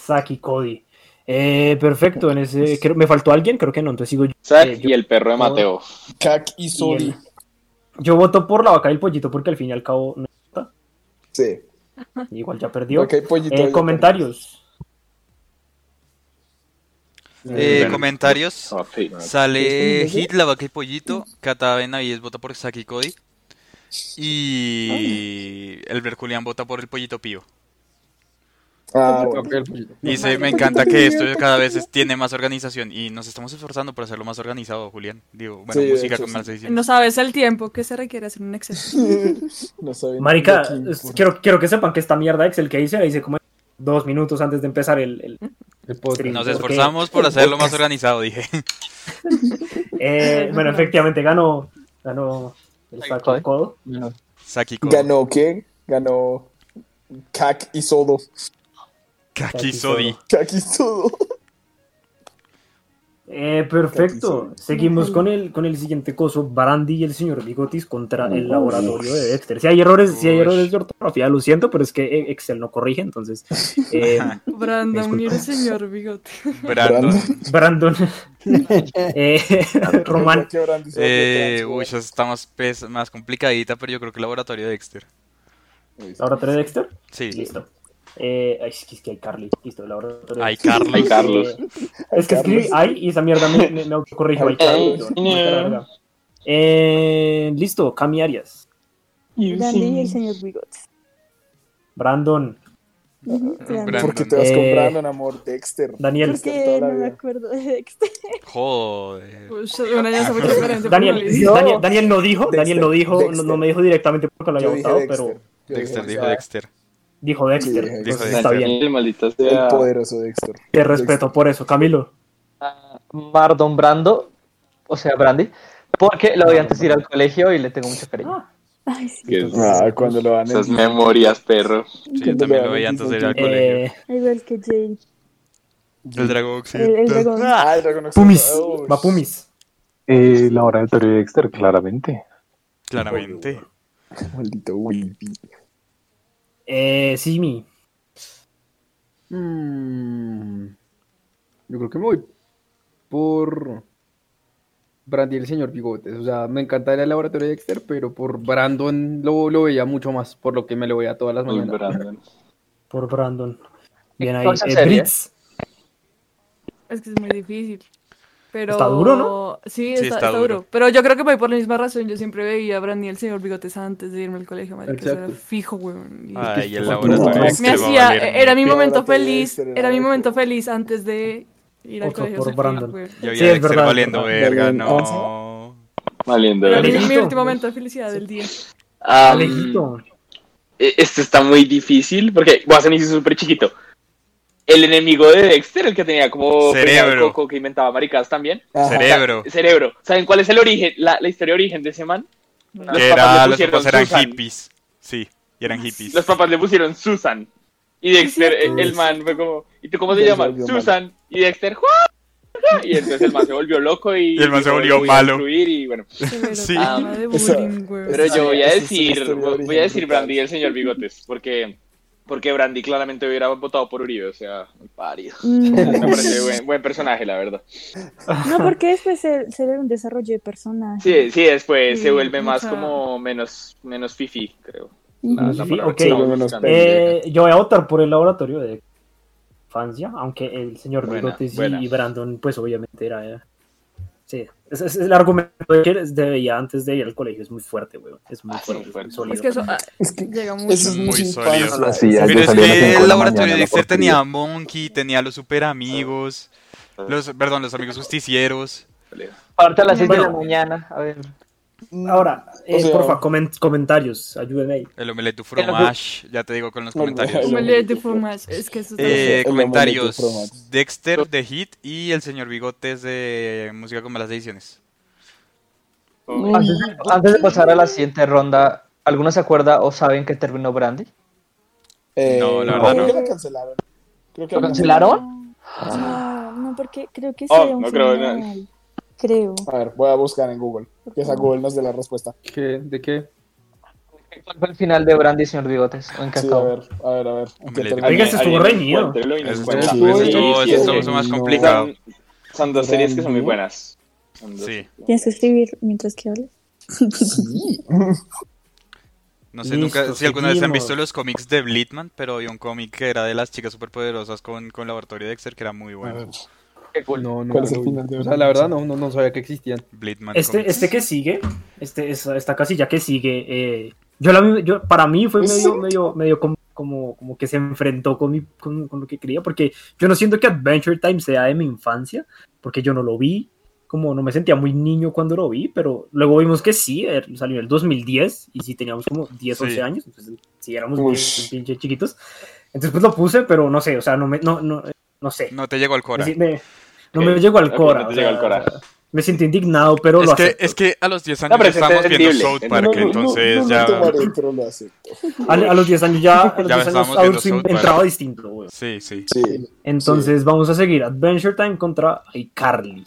S3: Saki Cody. Eh, perfecto. En ese, creo- ¿Me faltó alguien? Creo que no. Entonces sigo yo.
S4: Zack
S3: Eh, yo-
S4: y el perro de Mateo.
S5: Kak y
S3: Y
S5: Sodi.
S3: el- Yo voto por la vaca y el pollito porque al fin y al cabo no-
S5: Sí.
S3: igual ya perdió.
S5: Ok, pollito.
S3: Eh,
S5: ya.
S3: comentarios.
S2: Eh, comentarios.
S4: Oh, sí.
S2: Sale Hit, la vaca y pollito. Cata Benavides vota por Saki Cody. Y el Berculian vota por el pollito pío.
S5: Ah,
S6: La
S5: bueno.
S6: vaca y el pollito.
S2: Dice, me encanta que esto cada vez es- tiene más organización y nos estamos esforzando por hacerlo más organizado, Julián. Digo, bueno,
S5: Sí, de
S2: música
S5: hecho,
S2: con más
S5: sí.
S2: edición.
S8: No sabes el tiempo que se requiere hacer un exceso.
S5: No saben
S3: Marica,
S5: de quién,
S3: es-
S5: por-
S3: quiero, quiero que sepan que esta mierda Excel que hice la hice como dos minutos antes de empezar el, el-
S6: El podcast.
S3: Stream.
S2: Nos
S3: ¿por qué?
S2: esforzamos por hacerlo más organizado, dije.
S3: Eh, bueno, efectivamente ganó, ganó el
S7: Ay,
S3: saco
S7: joder.
S3: codo.
S7: No.
S2: Saki Kodo.
S5: Ganó, ¿qué? Ganó Kak y Sodo.
S2: Kaki Sodi.
S5: Kak y Sodo.
S3: Eh, perfecto.
S5: Caquisol.
S3: Seguimos con el, con el siguiente coso. Brandy y el señor Bigotis contra el laboratorio de Dexter. Si hay errores, si hay
S2: Ush.
S3: errores de ortografía, lo siento, pero es que eh, Excel no corrige, entonces. eh,
S8: Brandon y el señor bigote.
S2: Brandon.
S3: Brandon. eh, Román.
S5: Qué grande Sodo,
S2: Eh,
S5: qué
S2: uy,
S5: grande
S2: esa está más, pes- más complicadita, pero yo creo que el laboratorio de Dexter.
S5: Sodo.
S3: Laboratorio de Dexter.
S2: Sí.
S3: Listo. Eh, ay, es que- es que hay Carly. Listo, laboratorio de
S2: Ay,
S3: Dexter.
S2: Carlos.
S4: Ay, Carlos.
S3: Eh, Es que escribí ay y esa mierda me, me, me autocorrijo ahí. Carlos, yo, no, la verdad. Eh, listo, Cami Arias.
S9: Brandy y el señor Bigotes.
S3: Brandon,
S9: Ujú, Brandy.
S2: Brandon.
S5: ¿Por qué te vas
S3: Eh,
S5: comprando, en amor? Dexter.
S3: Daniel.
S5: Porque toda
S9: Porque
S5: la
S9: no me
S5: vida.
S9: acuerdo de Dexter.
S2: Joder.
S8: Ush, Una ya hace mucha diferencia.
S3: Daniel,
S8: pero
S3: Daniel, Daniel no dijo,
S5: Dexter,
S3: Daniel no dijo, no- no,
S5: Dexter.
S3: me dijo directamente porque lo había
S5: Yo dije
S3: votado,
S5: Dexter.
S3: pero
S5: Yo
S2: Dexter
S5: dije
S2: dijo Dexter.
S3: dijo Dexter.
S5: Dexter.
S2: Dijo
S3: entonces está bien.
S4: El maldito sea.
S5: El poderoso Dexter.
S3: Te respeto por eso, Camilo.
S7: Ah, Mardon Brando, o sea, Brandy, porque lo voy antes de ir al colegio y le tengo mucho cariño.
S9: Ay, sí.
S4: Que es-
S5: Ah, cuando lo van a
S4: Esas memorias, perro.
S2: Sí, yo también lo veía antes de ir al colegio.
S3: Eh,
S9: Igual que Jane.
S2: El dragón
S9: El, el
S2: occidental.
S9: dragón.
S5: Ah, el dragón
S3: Pumis.
S5: occidental. Oh,
S3: Va Pumis.
S10: Eh, laboratorio de Dexter, claramente.
S2: Claramente.
S5: Maldito Wimpy.
S3: Eh, Simi.
S6: Mm, yo creo que me voy por Brandy y el señor Bigotes. O sea, me encantaría el laboratorio de Dexter, pero por Brandon lo, lo veía mucho más, por lo que me lo veía todas las
S4: Uy,
S6: mañanas.
S4: Brandon.
S3: Por Brandon. Bien ahí.
S7: Cosa
S3: Eh,
S7: seria.
S3: Brits.
S8: Es que es muy difícil. Pero...
S3: Está duro, ¿no?
S8: Sí,
S2: Sí,
S8: está,
S2: está
S8: está
S2: duro.
S8: duro. Pero yo creo que voy por la misma razón. Yo siempre veía a Brandy y el señor Bigotes antes de irme al colegio, marica. Eso era
S6: Exacto.
S8: fijo, weón. Y-
S2: Ay, el
S6: Puta,
S2: laboratorio
S5: me
S8: Me
S2: externo va a
S8: hacía,
S2: valer
S8: era mi
S5: Ahora
S8: momento
S5: te voy a
S8: feliz,
S5: estrenar
S8: era mi
S5: algo.
S8: momento feliz antes de ir al
S3: Otro
S8: colegio.
S3: por
S8: soy fijo,
S3: Brandon.
S8: weón.
S2: Yo
S3: Sí,
S2: vi
S3: es
S2: al externo
S3: verdad.
S2: valiendo verga,
S5: Verga,
S2: no.
S4: Valiendo.
S8: Pero mi,
S4: verga.
S3: Alejito.
S8: mi último momento de felicidad del día.
S4: Ah,
S3: Alejito.
S4: eh, Este está muy difícil porque Watson hizo súper chiquito. El enemigo de Dexter, el que tenía como
S2: Cerebro.
S4: peinado de coco que inventaba maricadas también.
S5: Ajá.
S2: Cerebro.
S4: Cerebro. ¿Saben cuál es el origen, la, la historia de origen de ese man? Los
S2: Que
S4: papás
S2: era,
S4: le
S2: los
S4: pusieron
S2: papás eran
S4: Susan.
S2: hippies. Sí, y eran hippies.
S4: Los papás le pusieron Susan. Y Dexter,
S8: Sí,
S4: el, el man fue como, ¿y tú cómo te
S5: Ya se
S4: llamas?
S5: volvió malo.
S4: Susan. Y Dexter, ¡Juan! Y entonces el man se volvió loco y...
S2: Y el man se
S4: dijo,
S2: volvió
S4: "Voy a
S2: malo".
S4: destruir", Y bueno,
S2: Sí.
S8: Ah, de
S5: Esa-
S8: bullying, weón.
S4: Pero yo voy a
S5: Esa es una
S4: decir,
S5: historia
S4: voy a
S5: original.
S4: decir Brandy y el señor Bigotes, porque, porque Brandy claramente hubiera votado por Uribe, o sea, varios. Me parece buen, buen personaje, la verdad.
S9: Mm. No, porque después se, se ve un desarrollo de personaje.
S4: Sí, sí, después se
S8: Sí,
S4: vuelve más
S8: mucha-
S4: como menos, menos fifi, creo.
S9: Ujú.
S4: La, la
S3: Fifi,
S4: palabra
S3: ok.
S4: que estamos
S5: Menos
S4: buscando.
S3: Eh, yo voy a votar por el laboratorio de infancia, aunque el señor
S4: Buena,
S3: Bigotes y
S4: buena.
S3: Brandon, pues obviamente era. eh, Sí, ese ese es, el argumento de que les debería antes de ir al colegio. Es muy fuerte, weón. Es muy
S4: Ah, sí,
S3: fuerte.
S4: fuerte.
S3: muy sólido.
S8: Es que eso ah,
S5: Es que
S8: llega mucho.
S5: eso es
S2: Muy
S5: muy
S2: sólido.
S5: infancia.
S10: Sí, ya-
S2: Pero es
S10: salí a las cinco de
S2: que
S10: la
S2: el laboratorio
S10: mañana,
S2: de Dexter
S10: por
S2: tenía
S10: Dios.
S2: a Monkey, tenía a los super amigos, los, perdón, los amigos justicieros.
S7: Parte a las 6 de la
S3: Bueno.
S7: mañana. A ver.
S3: Ahora, eh,
S5: O sea-
S3: porfa, comen- comentarios, ayúdenme ahí.
S2: El omelette du fromage, ya te digo con los
S5: No, no,
S2: comentarios.
S5: no.
S8: Como el de Formash, es que eso es
S2: Eh,
S5: El omelette
S2: comentarios.
S5: du fromage.
S2: Dexter de Hit y el señor Bigotes de Música con Malas Ediciones.
S7: Antes, antes de pasar a la siguiente ronda, ¿alguno se acuerda o saben que terminó Brandy?
S5: Eh,
S2: No, la
S5: creo
S2: verdad
S5: que
S2: no.
S5: la cancelaron. Creo que
S7: ¿Lo
S5: la
S7: cancelaron?
S9: No, no, porque creo que
S4: Oh,
S9: se ve un
S4: no creo, no.
S9: final. Creo.
S5: A ver, voy a buscar en Google. Porque esa Google nos dé la respuesta.
S6: ¿Qué? ¿De qué?
S7: ¿Cuál fue el final de Brandy, señor Bigotes? ¿O en qué
S5: Sí, a
S7: acabó?
S5: ver, a ver, a ver. ¿En qué
S2: Omelette.
S5: termina?
S3: Oiga, ese estuvo reñido.
S4: Encuéntrelo y nos
S2: Eso estuvo-
S4: cuenta.
S2: eso
S5: Sí,
S2: estuvo-
S5: sí,
S2: eso estuvo
S5: sí.
S2: mucho más
S5: No.
S2: complicado.
S4: Son, son dos series que son muy buenas. Son dos.
S2: Sí,
S9: Tienes que escribir mientras que hablas.
S2: no sé
S3: Listo,
S2: nunca si alguna vez han
S3: seguimos.
S2: visto los cómics de Blitman, pero había un cómic que era de las chicas superpoderosas con, con Laboratorio Dexter que era muy bueno.
S6: No, no.
S5: ¿Cuál es el
S6: no,
S5: final de
S6: O sea, la verdad no, no, no sabía que existían.
S5: Ah,
S2: Blitman
S3: Este,
S2: Comics.
S3: este que sigue, este, esta, esta casilla que sigue, eh, yo la vi- yo, para mí fue medio, medio, medio com- como, como que se enfrentó con, mi, con, con lo que quería, porque yo no siento que Adventure Time sea de mi infancia, porque yo no lo vi, como no me sentía muy niño cuando lo vi, pero luego vimos que sí, eh, salió en el 2010 y sí teníamos como 10,
S2: Sí.
S3: 11 años, entonces sí éramos
S5: Uy.
S3: bien- bien chiquitos. Entonces pues lo puse, pero no sé, o sea, no, me, no, no, no sé.
S2: No te llegó al Cora.
S3: Es decir, me- no
S4: Ok,
S3: me llegó al
S4: ok,
S3: Cora.
S4: no te
S3: o
S4: llegó
S3: sea,
S4: al Cora.
S3: Me sentí indignado, pero
S2: Es
S3: lo
S2: que,
S3: acepto.
S2: es que a los 10 años
S4: No, pero
S2: ya
S4: es
S2: estábamos viendo
S4: entendible.
S2: South
S5: No, no,
S2: Park,
S5: no, no,
S2: entonces
S5: no
S2: ya...
S5: lo tomaré, pero lo acepto.
S3: A, a los 10 años ya, a los
S2: Ya
S3: 10 años
S2: estábamos viendo
S3: Adult Swim
S2: South Park.
S3: entraba distinto, weón.
S2: Sí, sí.
S5: Sí.
S3: Entonces vamos a seguir Adventure Time contra iCarly.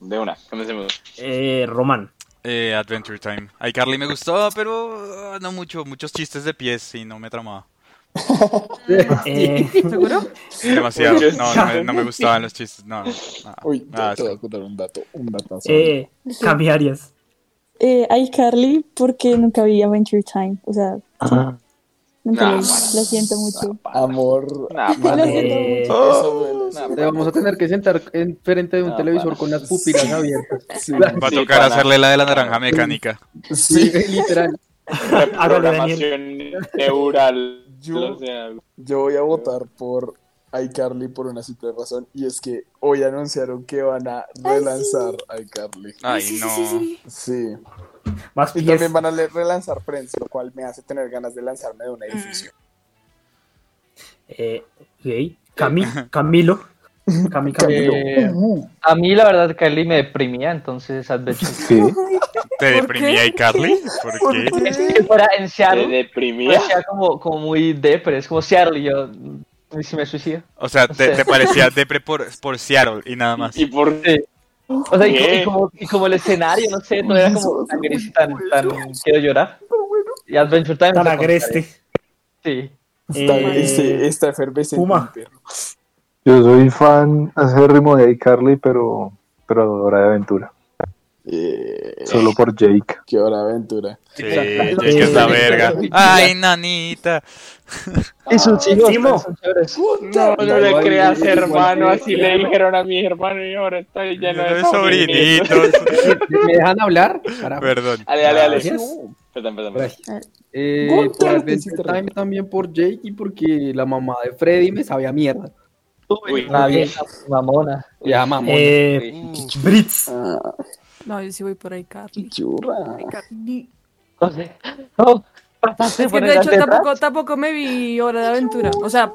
S4: De una, comencemos.
S3: Eh, Román.
S2: Eh, Adventure Time. iCarly me gustaba, pero ah, no mucho. Muchos chistes de pies y no me tramaba.
S3: Eh,
S8: ¿Seguro?
S2: Demasiado.
S4: Muchos
S2: No, no me, no me gustaban los chistes. No, no,
S5: Uy,
S2: nada,
S5: te voy
S2: Ah, sí.
S5: a contar un dato, un dato.
S3: eh, Cami Arias.
S9: Eh, iCarly, porque nunca vi Adventure Time. O sea, nunca
S4: Ah,
S9: lo vi.
S4: bueno.
S9: Lo siento mucho.
S5: Amor.
S2: Ah.
S4: Nah,
S9: Lo
S5: Vale.
S9: siento
S3: Eh,
S9: mucho.
S5: Eso duele.
S4: nah,
S6: Te vamos a tener que sentar en frente de un
S4: Ah,
S6: televisor
S4: para.
S6: con las pupilas abiertas.
S5: Sí,
S2: Va a
S4: Sí,
S2: tocar
S4: pana.
S2: hacerle la de la naranja mecánica.
S5: sí.
S6: literal.
S3: Hágale,
S4: Programación neural.
S5: Yo-
S4: o sea,
S5: Yo voy a votar por iCarly por una simple razón y es que hoy anunciaron que van a relanzar iCarly.
S2: Ay, no.
S5: Sí.
S3: Más
S5: Y
S3: pies.
S5: también van a le- relanzar Friends, lo cual me hace tener ganas de lanzarme de un
S2: Mm.
S5: edificio.
S3: Eh, gay. Cami- Camilo. Cami Camilo.
S7: Eh, a mí, la verdad, Kylie me deprimía, entonces Adventure
S10: Sí,
S2: ¿Te deprimía iCarly? ¿Por qué?
S7: Es que fuera en
S4: te
S7: Seattle,
S4: deprimía.
S7: parecía como, como muy depre, es como Seattle, y yo, ¿y si me suicido?
S2: O sea, te, te parecía depre por, por Seattle y nada más.
S4: ¿Y por qué?
S7: O sea, y, co-
S4: Bien.
S7: y como, y como el escenario, no sé, todo era como tan gris y tan, tan quiero llorar. Y Adventure Time.
S3: Tan
S7: lo contrario.
S3: agreste.
S7: Sí.
S5: Está,
S3: Eh,
S5: este, esta efervescente.
S3: Puma.
S5: perro.
S10: yo soy fan acérrimo de iCarly, pero, pero de Hora de Aventura.
S5: Eh,
S10: Solo por Jake.
S5: qué hora aventura.
S2: Sí, Jake es la verga. Ay, nanita.
S7: Es un chico.
S3: Simo.
S7: son chéveres.
S4: No, no le creas, hermano. Así le dijeron a mi hermano y ahora estoy lleno de sobrinitos.
S2: sobrinitos.
S6: ¿Me dejan hablar? Carajo.
S2: Perdón.
S4: Dale, dale, dale.
S3: Gracias.
S4: Perdón, perdón. perdón.
S6: Gracias. Eh,
S5: Gonzalo,
S6: por
S5: te
S6: Adventure
S5: hiciste
S6: Time también por Jake y porque la mamá de Freddy me sabía mierda.
S4: Uy,
S7: Una vieja mamona.
S6: Ya, mamón.
S3: Eh,
S2: Uf.
S3: Brits.
S5: Ah,
S8: No, yo sí voy por ahí, Carly.
S5: churra.
S8: Carly.
S7: No sé. No, pasaste
S8: Es que
S7: por
S8: de
S7: el
S8: hecho tampoco, tampoco me vi Hora de Aventura. O sea,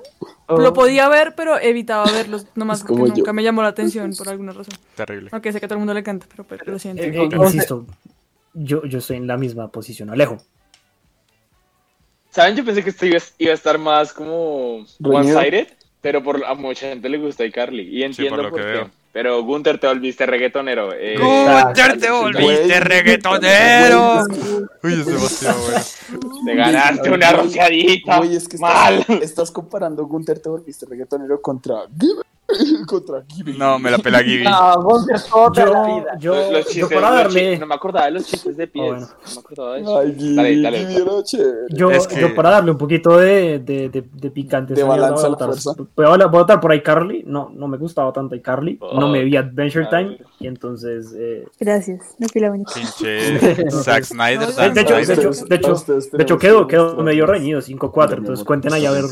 S7: Oh.
S8: lo podía ver, pero evitaba verlos nomás
S5: Es
S8: porque
S5: como yo.
S8: nunca me llamó la atención por alguna razón.
S2: Terrible.
S8: Aunque sé que a todo el mundo le encanta, pero, pero lo siento.
S3: Eh, eh, insisto, yo, yo estoy en la misma posición. Alejo.
S4: ¿Saben? Yo pensé que esto iba, iba a estar más como
S5: Reñido.
S4: one-sided, pero por, a mucha gente le gusta iCarly. Y entiendo
S2: por
S4: por,
S2: lo que
S4: qué.
S2: veo.
S4: Pero Gunther, te volviste reggaetonero. eh,
S2: Gunter, te volviste
S5: Güey.
S2: reggaetonero.
S5: Güey, es que-
S2: Uy, es demasiado bueno.
S4: te ganaste una rociadita.
S5: Güey, es que
S4: mal.
S5: estás, estás comparando Gunter te volviste reggaetonero contra Give contra Give
S2: No, me la pela Gibby.
S7: No, vos de toda
S3: Yo,
S7: la vida.
S3: yo,
S4: Los
S3: yo
S4: chistes,
S3: para
S4: los
S3: darle.
S4: chistes, no me acordaba de los chistes de pies.
S3: Ah, bueno.
S4: No me acordaba de eso.
S5: Ay, Gibi,
S4: Dale, dale.
S5: Gibi era chévere.
S3: Yo,
S2: Es que-
S3: yo para darle un poquito de, de, de, de picante.
S5: De
S3: esa mierda,
S5: balance a la
S3: voy
S5: fuerza.
S3: votar- Voy a, voy a votar por iCarly. No, no me gustaba tanto iCarly. no me vi Adventure
S4: claro.
S3: Time. Y entonces. eh,
S5: Este
S9: Gracias, no fui la única.
S2: Pinche Zack Snyder.
S8: No,
S2: Zack
S3: de hecho- de
S2: Snyder.
S3: hecho- de hecho-
S5: Ustedes
S3: de hecho,
S5: tenemos
S3: quedó,
S5: que
S3: quedó
S5: mostrar-
S3: medio reñido, 5-4. Entonces cuenten ahí a ver.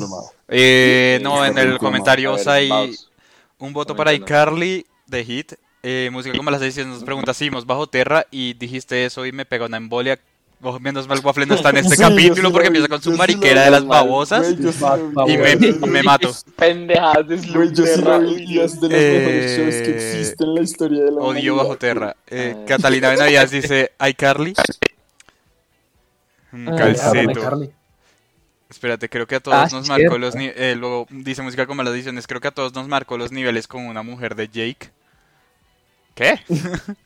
S2: Eh, no, en el
S5: Confirmo.
S2: comentario
S4: A ver,
S2: hay
S4: vamos.
S2: un voto para iCarly de Hit. Eh, música como las 6 nos pregunta si íbamos bajo tierra y dijiste eso y me pegó una embolia. Oh, menos mal Waffle no está en este
S5: Sí, yo sí
S2: capítulo
S5: lo
S2: porque
S5: vi,
S2: empieza con
S5: yo
S2: su
S5: sí lo
S2: mariquera
S5: vi,
S2: de las
S5: mal,
S2: babosas
S5: güey, yo sí
S6: Bab-
S5: lo vi.
S2: y me, y me mato.
S4: Pendejadas de
S5: Güey, yo sí lo
S4: Slumberland.
S5: vi y es de los mejores shows que
S2: Eh,
S5: existen en la historia de la
S2: Odio
S5: humanidad.
S2: bajo tierra. Eh,
S4: Ah.
S2: Catalina Benavides dice iCarly. Mm,
S7: Ah,
S2: Calceto.
S6: Carly.
S2: Espérate, creo que a
S7: Ah,
S2: todos
S7: sí,
S2: nos marcó
S7: cierto.
S2: los niveles. luego dice música como las ediciones. Creo que a todos nos marcó los niveles con una mujer de Jake. ¿Qué?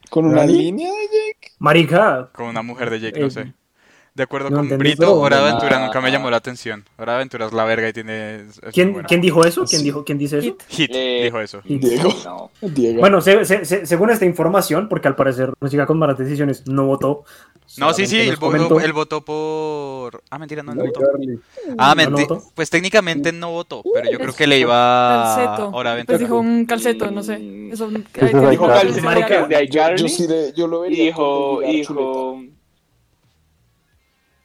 S5: Con una
S6: ¿Nadie?
S5: línea de Jake.
S3: Marica.
S2: Con una mujer de Jake, no
S3: Eh,
S2: sé. De acuerdo
S3: no
S2: con
S3: entendí,
S2: Brito,
S3: pero
S2: Hora de
S5: bueno,
S2: Aventura
S5: nada.
S2: nunca me llamó la atención. Hora de Aventura es la verga y tiene. es- es muy
S3: ¿Quién,
S2: buena.
S3: ¿Quién dijo eso? ¿Quién,
S5: Sí.
S3: dijo, ¿quién dice eso?
S2: Hit
S4: Eh,
S2: dijo eso.
S5: Diego.
S4: No.
S5: Diego.
S3: Bueno, se- se- se- según esta información, porque al parecer Música con malas decisiones no votó.
S2: No, sí, sí,
S3: solamente
S2: él
S3: nos
S2: votó,
S3: comentó.
S2: él votó por. Ah, mentira, no, él votó.
S6: Carly.
S2: Ah,
S3: ¿No lo
S2: menti-
S3: votó?
S2: Pues técnicamente no votó, pero
S8: pero
S2: yo creo
S8: sí,
S2: que le iba
S8: Calceto.
S2: Hora de
S8: Pues
S2: Aventura.
S8: dijo un calceto, no sé. Eso,
S10: es
S8: que-
S4: Dijo
S10: iCarly.
S4: Calceto
S3: Marica,
S4: que es de
S5: yo,
S4: iCarly.
S5: yo sí le- yo lo
S4: Y
S5: vería.
S4: dijo,
S5: con Dulgar
S4: dijo.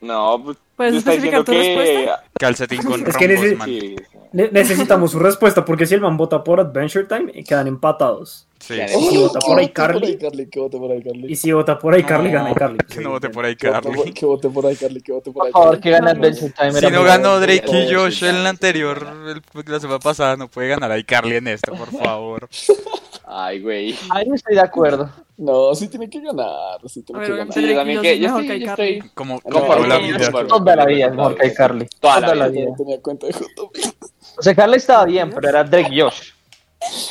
S4: No, pues.
S8: ¿Puedes
S4: tú estás
S8: especificar
S4: diciendo
S8: tu
S4: que.
S8: respuesta?
S2: Calcetín con
S3: Es que en ese-
S2: rombos, Pues, man.
S4: Sí,
S3: Ne- necesitamos su respuesta, porque si el man vota por Adventure Time, eh, quedan empatados.
S2: Sí.
S4: Claro.
S5: chuleta.
S3: Si
S5: Oh,
S3: vota
S5: que
S3: por
S5: vote
S3: iCarly.
S5: por iCarly, Que vote por iCarly.
S3: Y si vota por iCarly,
S2: No,
S3: gana iCarly.
S2: Que no vote por
S5: Que vote por-
S2: iCarly.
S5: Que vote por iCarly. Que vote por
S7: Por favor,
S5: iCarly.
S7: que gane Adventure Time.
S2: Si
S7: era
S2: no
S7: muy
S2: ganó
S7: bueno.
S2: Drake y
S4: sí,
S2: Josh en la
S4: sí,
S2: anterior,
S4: sí,
S2: el- la semana pasada, no puede ganar iCarly en esta, por favor.
S4: Ay, güey.
S7: Ahí yo estoy de acuerdo.
S5: No, sí tiene que ganar. Sí
S8: A
S5: tiene
S8: ver,
S5: que
S8: obviamente
S5: ganar.
S4: Sí, yo
S8: Drake
S4: también
S8: y
S4: que-
S8: Josh
S4: yo
S8: es mejor
S4: sí,
S8: que
S4: yo
S8: Carly.
S4: estoy-
S2: Como,
S5: No,
S2: como la
S5: no,
S2: vida.
S5: no, no.
S7: Toda la vida es mejor que Carly.
S4: Toda la
S7: Toda la
S5: Yo
S7: vida.
S5: no tenía cuenta de Hotop.
S7: O sea, Carly estaba bien, pero era Drake y Josh.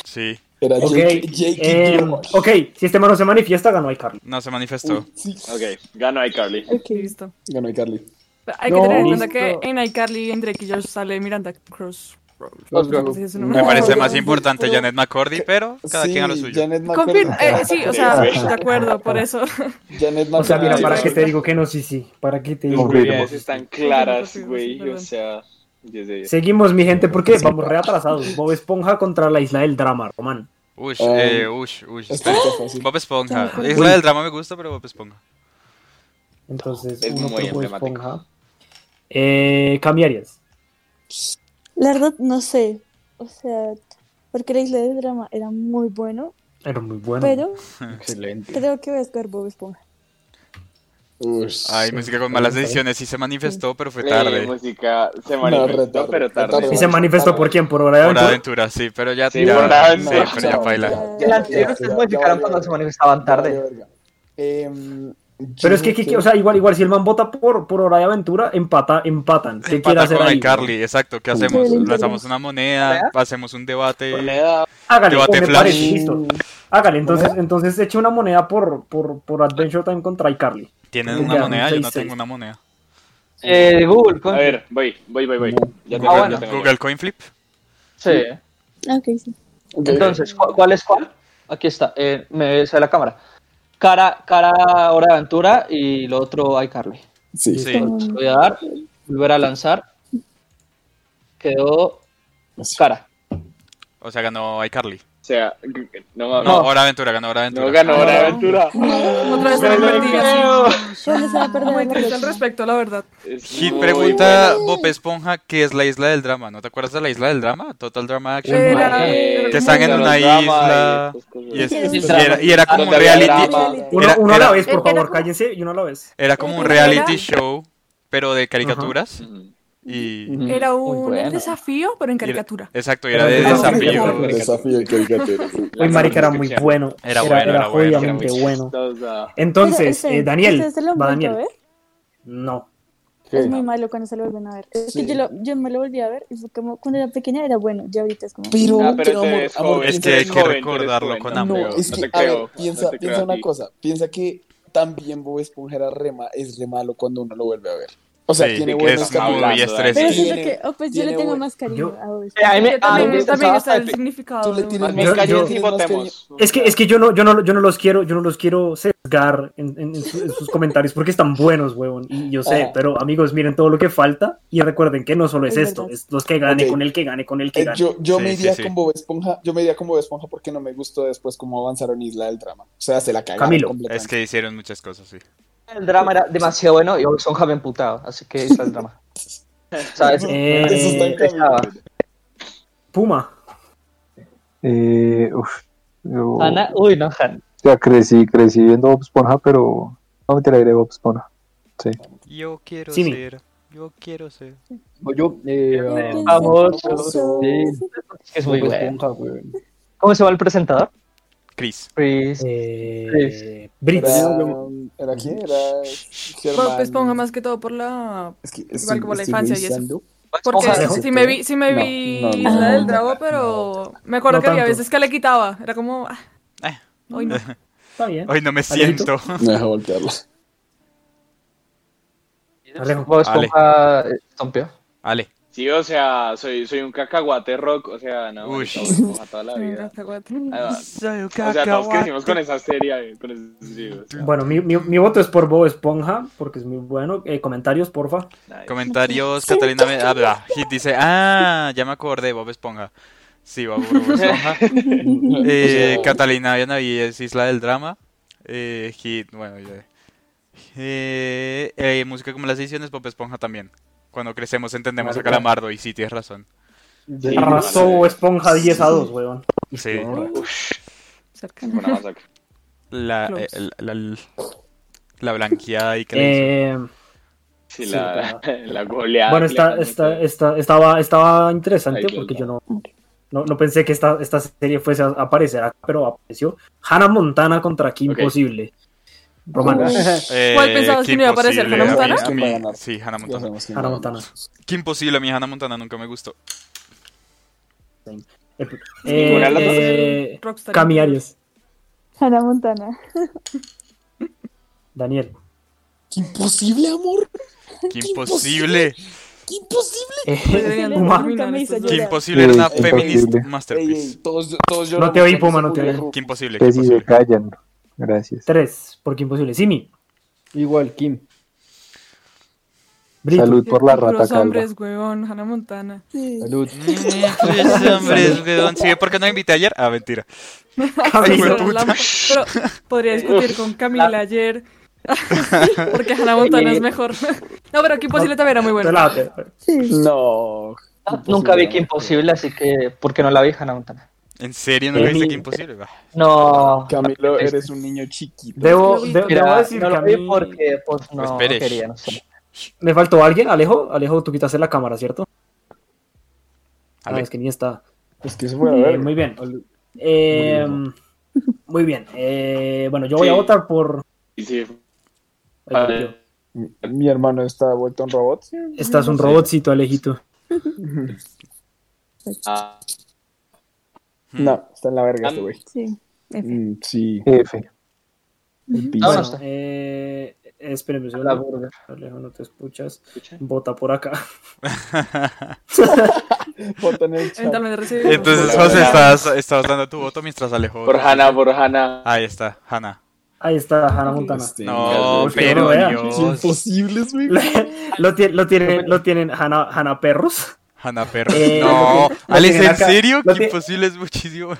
S2: Sí,
S5: Era
S3: Ok,
S5: Jake, Jake y
S3: em,
S5: Josh.
S3: ok, si este man no se manifiesta, ganó iCarly.
S2: no se manifestó.
S5: Uy, sí.
S4: Ok, ganó iCarly.
S9: Ok.
S8: Listo.
S5: Ganó iCarly.
S8: Pero Hay
S6: No,
S8: que tener en cuenta
S6: listo.
S8: que en iCarly y en Drake y Josh sale Miranda Cross. Así es su nombre.
S2: Me
S5: No,
S2: parece
S5: no,
S2: más
S5: no,
S2: importante
S5: pero-
S2: Janet McCordy, pero cada
S5: Sí,
S2: quien a lo suyo.
S5: Janet
S8: Confirma, eh,
S5: McCordy.
S8: sí, o sea, de acuerdo, por eso.
S5: Janet
S3: O sea, mira,
S5: McCordy.
S3: ¿para qué te digo que no? Sí, sí. ¿Para qué te
S10: Sí,
S3: digo?
S10: güey.
S4: Oportunidades están claras, güey. O
S8: Perdón.
S4: sea, desde
S3: Seguimos, mi gente, porque vamos re atrasados. Bob Esponja contra la isla del drama, Román.
S2: Ush,
S5: Um,
S2: eh, ush, ush.
S5: Está está fácil.
S2: Bob Esponja.
S9: Uy.
S2: Isla del drama me gusta, pero Bob Esponja.
S3: Entonces,
S4: Es
S3: uno
S4: muy
S3: por Bob
S4: emblemático.
S3: Esponja. Eh, cambiarías.
S9: La verdad, no sé. O sea, porque la isla de drama era muy bueno,
S3: Era muy bueno.
S9: pero
S6: Excelente.
S9: creo que voy a escoger Bob Esponja.
S5: Uy,
S2: Ay, música con malas decisiones. Sí se manifestó, pero fue
S4: Eh,
S2: tarde.
S4: música se
S5: No,
S4: manifestó,
S5: retardo,
S4: pero tarde.
S5: retardo.
S3: ¿Y se manifestó por quién? ¿Por hora de
S2: Por
S3: aventura?
S2: aventura, sí, pero ya.
S4: Sí,
S2: ya-
S4: por
S2: sí,
S4: aventura.
S2: pero ya
S5: No,
S2: baila.
S9: ya.
S7: El anterior ustedes
S5: ya,
S7: modificaron
S5: ya,
S7: cuando
S5: ya,
S7: se manifestaban
S5: Ya,
S7: tarde.
S5: verga. Em, yo
S3: Pero es que, que- que, o sea, igual, igual, si el man vota por, por hora de aventura, empata, empatan. ¿Qué quiere
S2: Empata
S3: hacer
S2: con
S3: ahí?
S2: iCarly, exacto. ¿Qué hacemos? Lanzamos una moneda, hacemos un debate.
S4: Moneda,
S3: Hágale,
S2: Debate
S3: me
S2: flash.
S3: parece, listo.
S5: Mm,
S3: Hágale, entonces, entonces eche una moneda por, por, por Adventure Time contra iCarly.
S2: ¿Tienen
S3: Ya,
S2: una moneda? Yo no
S3: seis, seis.
S2: tengo una moneda.
S7: Eh, Google,
S4: A
S7: con...
S4: ver, voy, voy, voy, voy. Ya
S7: bueno.
S4: tengo, ya
S2: Google,
S4: tengo.
S2: Google Coin Flip.
S7: sí.
S9: Ah, Ok, sí.
S5: ok.
S7: Entonces, ¿cu- ¿cuál es cuál? Aquí está, eh, me sale la cámara. cara, cara, hora de aventura y lo otro iCarly.
S5: Sí.
S2: Sí.
S7: Lo Voy a dar, volver a lanzar. Quedó cara.
S2: O sea, ganó iCarly.
S4: O sea, g- g- no
S2: No,
S4: mames.
S7: No.
S2: Hora Aventura, ganó Hora Aventura.
S4: No ganó la aventura.
S8: Otra vez se me perdí. así. Ah,
S9: ¿Dónde se va a perder
S8: Muy
S9: la
S8: triste al
S9: próxima?
S8: respecto, la verdad.
S4: Es
S2: Hit
S4: muy
S2: pregunta Bob Esponja qué es la isla del drama. ¿No te acuerdas de la isla del drama? Total Drama Action.
S8: Eh, la-
S4: buena.
S8: Que
S2: están en
S4: Los
S2: una
S4: dramas
S2: isla
S4: y esas cosas.
S2: Y, es-
S9: Sí,
S2: y
S9: sí,
S2: era, y era como un
S4: Donde había
S2: reality.
S4: drama.
S3: Uno,
S2: Era-
S3: uno a
S2: era-
S3: la vez, por
S8: era
S3: favor,
S8: como-
S3: cállense y uno a la vez.
S2: Era como un
S8: Era-
S2: reality show, pero de caricaturas.
S4: Ujú.
S2: Y.
S4: Mm,
S5: Ujú.
S8: Era
S7: Muy
S8: un
S7: bueno.
S8: desafío, pero en
S2: y era-
S8: caricatura.
S2: exacto, y era de
S3: Era un
S2: desafío.
S5: El desafío de caricatura. sí.
S3: Uy, marica, era muy bueno.
S2: Era bueno, era bueno, era
S3: jodidamente
S4: muy
S3: bueno.
S4: chistosa.
S9: Pero,
S3: Entonces,
S9: esperen,
S3: eh, Daniel,
S9: ¿ustedes se lo han
S3: va
S9: vuelto a
S3: Daniel.
S9: ver?
S8: ¿eh?
S3: Pues No.
S9: Es muy
S5: ¿Qué?
S9: malo cuando se lo vuelven a ver. Es que
S5: Sí.
S9: yo, lo- yo me lo volví a ver y fue como cuando era pequeña era bueno, ya ahorita es como.
S5: Pero,
S4: Ah, pero
S5: pero
S4: te
S5: amor,
S4: ves
S5: amor,
S4: joven,
S2: Es
S5: piensa
S2: que hay
S5: en-
S2: que
S4: joven, tú eres
S2: recordarlo
S4: joven,
S2: con
S4: no,
S2: hambre,
S5: No,
S2: creo,
S5: es
S4: no
S5: que,
S4: te
S5: a
S4: creo,
S5: ver,
S4: no
S5: piensa,
S4: te creo
S5: piensa
S4: a
S5: una
S4: ti.
S5: cosa, piensa que también Bob Esponja era rema, es re malo cuando uno lo vuelve a ver. O sea,
S2: Sí,
S5: tiene
S4: que
S5: buenos
S2: es
S4: capítulos.
S2: muy
S5: capítulos.
S9: Pero
S2: estresante.
S9: siento
S5: Tiene-
S9: que, oh, pues yo le
S5: tiene
S9: tengo
S5: buen-
S9: más cariño
S3: Yo-
S9: a Bob
S7: Eh,
S9: Esponja.
S7: ahí me-
S8: Yo
S7: ahí
S8: también,
S7: me-
S8: también está el
S5: Tú
S8: significado.
S5: Tú le
S8: de-
S5: tienes
S3: Yo-
S5: más cariño,
S3: yo-
S5: tienes más cariño.
S4: Votemos.
S3: Es que, es que yo no, yo no, yo no los quiero, yo no los quiero sesgar en, en- en su- en sus comentarios porque están buenos, huevón. Y yo sé,
S5: Ajá.
S3: pero amigos, miren todo lo que falta y recuerden que no solo es,
S9: Es
S3: esto,
S9: verdad.
S3: es los que gane,
S5: Ok.
S3: con el que gane, con el que
S5: Eh,
S3: gane.
S5: yo yo
S2: Sí,
S5: me
S2: sí,
S5: iría
S2: sí.
S5: con Bob Esponja, yo me iría con Bob Esponja porque no me gustó después cómo avanzaron Isla del Drama. O sea, se la cagaron
S3: Camilo,
S5: completamente.
S2: Es que hicieron muchas cosas, sí.
S7: El drama era demasiado bueno y Bob Esponja me emputaba, así que ahí está
S8: Pues,
S7: el drama. O sea, es-
S3: Eh,
S5: Eso está en
S7: estaba.
S5: Camilo.
S3: Puma,
S10: Eh, uf, yo-
S7: Hanna, uy, no, Hanna.
S10: O sea, crecí, crecí viendo Bob Esponja, pero no me tiraré Bob Esponja.
S2: Yo quiero
S3: Simi.
S2: ser. Yo quiero ser.
S6: Voy yo, eh, ah,
S9: Pensé
S7: Vamos.
S9: que pasó.
S6: sí,
S7: Es muy
S6: Bob
S7: bueno.
S6: Esponja, weón.
S7: ¿Cómo se llama el presentador?
S2: Chris.
S7: Chris.
S3: eh,
S7: Chris.
S3: Brits,
S5: Era, um, ¿Era quién? Era
S8: Bob
S5: Germán.
S8: Esponja pues, más que todo por la...
S5: Es que
S8: igual como la infancia y eso.
S5: revisando.
S7: Bob
S8: Porque
S7: Esponja-
S3: Ojalá.
S8: sí me vi, sí me
S5: No,
S8: vi
S5: no, no,
S8: Isla
S9: no,
S8: del
S9: no,
S8: Drago, pero me acuerdo
S3: No
S8: que había
S3: tanto.
S8: veces que le quitaba. Era como, ah,
S2: Eh.
S8: hoy no.
S3: está bien.
S2: Hoy no me
S3: ¿Alejito?
S2: siento.
S5: Me dejó voltearla.
S3: Alejo.
S7: Bob Esponja eh, estompeó.
S2: Ale.
S4: Sí, o sea, soy, soy un cacahuate rock, o sea, no,
S2: Uy.
S4: marica, Bob Esponja toda la vida. Además,
S2: Soy un
S4: o sea, todos
S2: cacahuate.
S4: crecimos con esa serie, eh, con ese- sí, o sea,
S3: Bueno, mi, mi- mi voto es por Bob Esponja porque es muy bueno. Eh, comentarios, porfa.
S4: nice.
S2: Comentarios, Catalina me habla. Hit dice, ah, ya me acordé, Bob Esponja. Sí, Bob, Bob Esponja. Eh,
S5: O sea,
S2: Catalina Vianaví es Isla del Drama. Eh, Hit, bueno, ya. Eh, eh, música como las ediciones, Bob Esponja también. Cuando crecemos entendemos a
S3: Marica.
S2: Calamardo y sí, tienes razón.
S5: Sí,
S3: Arrasó
S4: vale.
S3: Bob Esponja 10 a 2, weón.
S2: Sí,
S8: Cercano.
S4: Buena masacre.
S2: la,
S8: Close.
S2: eh, la, la- la blanqueada y que le hizo.
S3: Eh,
S4: Sí,
S3: Sí,
S4: la, la goleada.
S3: Bueno,
S4: que le
S3: esta,
S4: mandó
S3: esta,
S4: todo.
S3: esta, estaba, estaba interesante
S4: Ahí,
S3: porque yo
S4: claro.
S3: no, no, no pensé que esta, esta serie fuese a aparecer acá, pero apareció. Hannah Montana contra Kim
S4: Ok.
S3: Possible. Román,
S2: Eh,
S8: ¿Cuál pensabas
S2: Kim
S8: que no iba a aparecer,
S2: Possible,
S8: Hannah
S2: a mí-
S5: Montana?
S2: a mí-
S5: ¿Quién va a ganar?
S2: sí, Hannah
S5: ya
S2: Montana.
S5: sabemos quién
S3: Hannah
S5: ganó.
S3: Montana.
S2: Qué imposible, a mí Hannah Montana nunca me gustó.
S3: Eh,
S4: Ninguna de las dos.
S3: eh,
S8: Rockstar.
S3: Cami Arias,
S9: Hannah Montana.
S3: Daniel.
S5: ¡Qué imposible, amor!
S2: Qué imposible.
S5: ¡Qué imposible!
S3: Eh,
S8: Deberían
S3: Puma.
S8: terminar
S9: Nunca me
S8: estos
S9: hizo
S8: dos.
S2: Qué
S9: llorar.
S2: imposible era una
S10: Sí,
S2: feminist
S10: imposible.
S5: Ey,
S2: masterpiece.
S5: ey, todos, todos lloramos.
S3: No te oí,
S5: cuando
S3: Puma,
S5: se
S3: no te
S5: murió
S3: oí.
S5: Rufus.
S2: Qué imposible, qué
S10: Que si se
S2: imposible.
S10: callan. Gracias.
S3: Tres, porque imposible. Simi,
S6: Igual, Kim.
S3: Brito,
S10: Salud por la rata
S8: Puros
S10: calva.
S8: hombres, weón, Hannah Montana.
S9: Sí.
S6: Salud.
S2: Pues, hombres, weón. Sí, ¿por qué no invité ayer? Ah, mentira.
S8: Sí,
S2: hijo de
S8: pero
S2: puta.
S8: la- Pero podría discutir con Camila ayer. Porque Hannah Montana es mejor. No, pero Kim Possible también era muy bueno.
S3: relájate.
S5: No.
S7: Nunca vi que
S5: quién
S7: imposible, así que ¿por qué no la vi Hannah Montana?
S2: ¿En serio no viste
S3: Emi.
S2: que imposible? Bah. Ah,
S7: No.
S5: Camilo, eres un niño chiquito.
S3: Debo, de-
S7: Mira,
S3: debo decir
S7: no
S3: que a
S7: lo vi
S3: mí
S7: porque pues no
S2: espere.
S7: quería, no sé.
S3: me faltó alguien. Alejo, Alejo, tú quitaste la cámara, ¿cierto? Ah,
S2: Ale.
S3: es que ni está.
S5: Es que eso fue a
S3: Eh,
S5: ver.
S3: muy bien. Eh, muy bien. Eh, bueno, yo voy
S4: Sí.
S3: a votar por.
S4: Y sí,
S3: Ay,
S4: A
S3: Dios.
S4: ver.
S5: Mi, mi hermano está vuelto un robot.
S3: Estás un robotcito, Alejito.
S4: ah,
S5: No, está en la verga este güey.
S9: Sí. F.
S5: Mm, sí,
S10: F.
S5: el
S7: No,
S5: piso.
S7: no
S3: Bueno,
S7: está.
S3: eh, espérenme un
S7: La
S3: segundo.
S7: burger.
S3: Alejo, no te escuchas.
S4: escucha.
S3: Vota por acá.
S5: Bota en el chat.
S8: Eventualmente recibimos.
S2: Entonces,
S4: Hola,
S2: José,
S4: hola.
S2: estabas, estabas dando tu voto mientras Alejo.
S4: Por Hanna, por Hanna.
S2: Ahí está, Hanna.
S3: Ahí está Hannah Montana.
S5: este.
S2: No,
S3: Porque
S2: pero
S3: no vea.
S2: Dios.
S5: Imposibles, güey.
S3: lo, tiene- lo tienen, lo tienen Hannah, Hannah Perros.
S2: Hanna Perro.
S3: Eh,
S2: no,
S3: lo tienen
S2: Alex, ¿en
S3: acá,
S2: serio?
S3: lo
S2: Que
S3: tienen-
S2: imposible es muchísimo.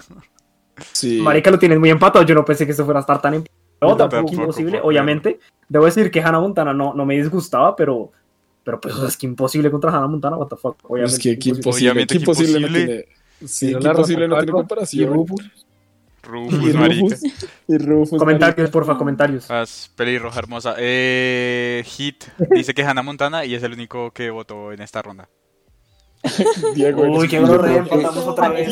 S5: Sí.
S3: Marica, lo tienes muy empatado. Yo no pensé que esto fuera a estar tan empatado.
S2: Yo
S3: tampoco
S2: tampoco,
S3: imposible,
S2: por
S3: obviamente. Debo decir que Hannah Montana no, no me disgustaba, pero, pero pues o sea, es que imposible contra Hannah Montana, what the fuck.
S5: Pero
S3: Obviamente.
S5: es que qué
S3: imposible.
S5: imposible.
S2: Obviamente
S5: qué
S2: que
S5: imposible no
S2: imposible.
S5: tiene. Sí,
S6: Pero
S5: qué
S6: la
S5: imposible no
S6: Rafa
S5: tiene
S6: Calvo y
S5: comparación.
S6: Rufus.
S2: Rufus, marica.
S5: Y Rufus.
S3: Comentarios, porfa, comentarios.
S2: Ah, es pelirroja hermosa. Eh, Hit dice que Hannah Montana y es el único que votó en esta ronda.
S5: marica. Diego,
S3: Uy,
S5: eres
S3: qué
S5: un
S3: horror,
S5: idiota.
S3: empatamos otra vez.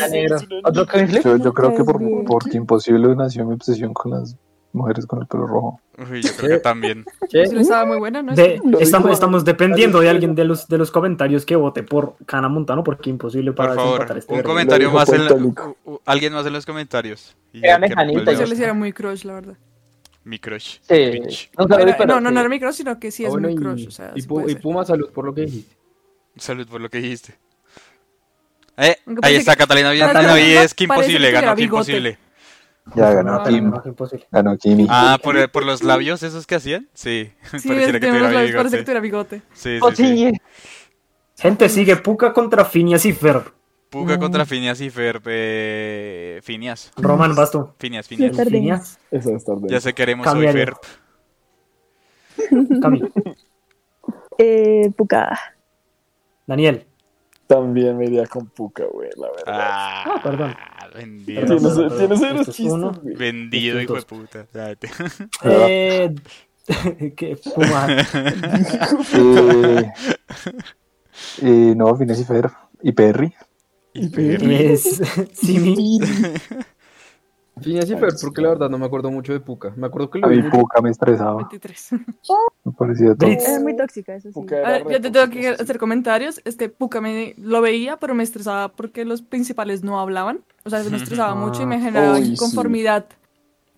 S7: ¿Otro coinflip?
S10: Yo, yo creo que por,
S9: Pues bien.
S10: porque imposible nació mi obsesión con las mujeres con el pelo rojo.
S2: Uy, yo creo que también.
S8: Pero estaba muy buena, ¿no?
S3: De-
S5: Lo
S3: estamos,
S5: dijo-
S3: estamos dependiendo de alguien de los, de los comentarios que vote por Hannah Montana, porque imposible para
S2: Por favor,
S3: desempatar este
S2: un
S3: verbo.
S2: comentario
S5: dijo
S2: más en la-
S5: Puertólico.
S2: u- u- alguien más en los comentarios. Y
S7: Era
S2: ya que
S7: Mejanita,
S2: recuerde
S7: yo
S8: Yo
S2: los-
S8: les era muy crush, la verdad.
S2: Mi crush.
S7: Sí.
S2: bitch.
S7: Nunca lo vi,
S8: Era-
S7: pero
S8: no, no, no
S7: sí.
S8: era mi crush, sino que sí
S6: Ah,
S8: es
S6: bueno,
S8: muy
S6: y-
S8: crush. O sea,
S6: y,
S8: sí
S6: Pu-
S8: puede
S6: y
S8: ser.
S6: Puma, salud por lo que dijiste.
S2: Salud por lo que dijiste. Eh,
S8: Aunque
S2: ahí
S8: parece
S2: está
S8: que-
S2: Catalina
S8: Catalina
S2: Villalta. Y es que
S8: parece
S2: imposible,
S8: que
S2: ganó
S8: era
S2: que
S8: bigote.
S2: imposible.
S10: Ya
S8: Ah,
S10: ganó Kim.
S3: No, imposible.
S10: Ganó Kimi.
S2: Ah, por, por los labios esos que hacían.
S8: Sí,
S2: Sí,
S8: es
S2: pareciera
S8: que
S2: que
S8: tenemos
S2: tuviera
S8: labios, parece que
S2: bigote.
S8: tuviera bigote.
S2: Sí, sí, Oh, sí.
S7: Oye,
S3: Gente, sigue Puka contra Phineas y Fer.
S2: Puga contra Finias y Ferb. Eh, Finias.
S3: Roman, vas tú.
S2: Finias, Finias.
S9: Yo tardé.
S3: Phineas,
S5: Eso es tarde.
S2: Ya sé que haremos hoy
S3: Cambiaría.
S2: Ferb.
S3: Cami,
S9: Eh, Puka.
S3: Daniel.
S5: También me iría con Puka, güey, la verdad.
S2: Ah,
S3: Ah, perdón.
S2: Vendido.
S3: Perdón,
S5: Tienes,
S3: perdón,
S5: tienes
S3: perdón.
S5: unos
S3: Esto es uno.
S5: chistes, güey.
S2: Vendido,
S3: Estos
S2: hijo de
S3: dos.
S2: puta. Ya, te-
S3: Eh, que Puma.
S10: Eh, eh, no, Phineas y Fer. Y Perry.
S2: Y Ferb.
S3: Es Simi.
S6: Phineas y Fer, porque la verdad no me acuerdo mucho de Puka. Me acuerdo que
S10: A
S6: lo vi
S10: mí
S6: mucho.
S10: Puka me estresaba.
S8: 23.
S10: Me parecía todo.
S3: Britz.
S9: Era muy tóxica, eso sí.
S5: Puka
S8: A ver,
S5: era
S8: yo Ah, te
S5: re
S8: tengo que
S5: tóxico, sí.
S8: hacer comentarios. Este Puka me lo veía, pero me estresaba porque los principales no hablaban. O sea, me estresaba mucho y me generaba
S5: Uy, sí.
S8: inconformidad.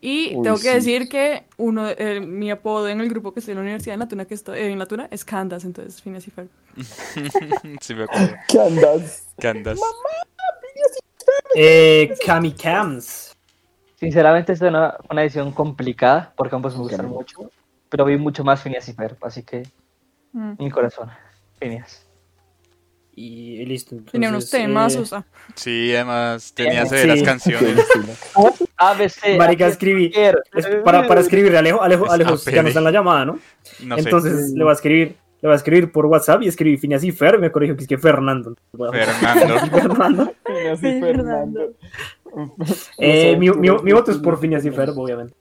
S8: Y
S5: Uy,
S8: tengo que
S5: sí.
S8: decir que uno, eh, mi apodo en el grupo que estoy en la universidad, en la tuna, que estoy, eh, en la tuna es Candas, entonces Phineas y Ferb.
S2: Sí, me acuerdo.
S5: ¿Qué andas?
S2: ¿Qué andas?
S3: Eh, Cami Cams.
S7: sinceramente esta es una, una edición complicada, porque ambos me gustan mucho, pero vi mucho más Phineas y Ferb, así que
S8: Mm.
S7: mi corazón, Phineas.
S3: Y listo.
S8: Tenía unos temas, o
S3: entonces, eh,
S8: sea.
S2: Sí, además tenía
S3: Sí.
S2: severas
S3: Sí.
S2: canciones.
S7: ABC.
S3: eh, Marica, escribí. es- Para, para escribir, Alejo, Alejo,
S2: Es
S3: Alejo ya
S2: APD.
S3: no está en la llamada, ¿no?
S2: No sé.
S3: Entonces le voy a escribir, le voy a escribir por WhatsApp y escribí Phineas y Fer, y me corrigió que es que Fernando. Voy a-
S2: Fernando.
S3: Fernando.
S5: Phineas
S9: Sí,
S5: y Fernando.
S3: Eh, mi, mi, mi voto es por Phineas y Fer, obviamente.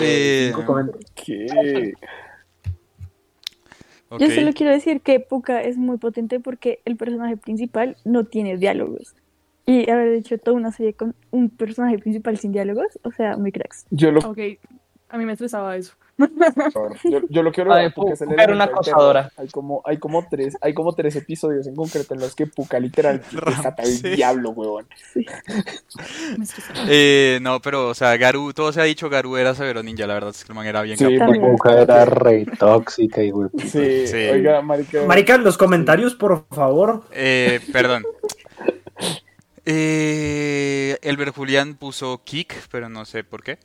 S2: Eh,
S3: Cinco comentarios.
S5: ¿Qué?
S2: ok.
S9: Yo solo quiero decir que Puka es muy potente porque el personaje principal no tiene diálogos. Y haber hecho toda una serie con un personaje principal sin diálogos, o sea, muy cracks.
S5: Yo lo,
S8: Ok, a mí me estresaba eso.
S5: yo, yo lo quiero
S7: Ay,
S5: ver Ah, porque es el
S7: Puka era
S5: elemento
S7: una
S5: del terror.
S7: acosadora.
S5: Hay como, hay como tres, hay como tres episodios en concreto en los que Puka literal desata el
S2: Ramsés.
S5: diablo, huevón.
S8: Me estresaba.
S2: Eh, no, pero, o sea, Garú, todo se ha dicho, Garú era severo ninja, la verdad es que el man era bien capaz.
S9: También.
S10: Puka era re tóxica y güey.
S5: Sí,
S2: Sí.
S5: oiga, marica.
S3: Marica, los comentarios, por favor.
S2: Eh, perdón. Eh, Elber Julián puso Kick, pero no sé por qué.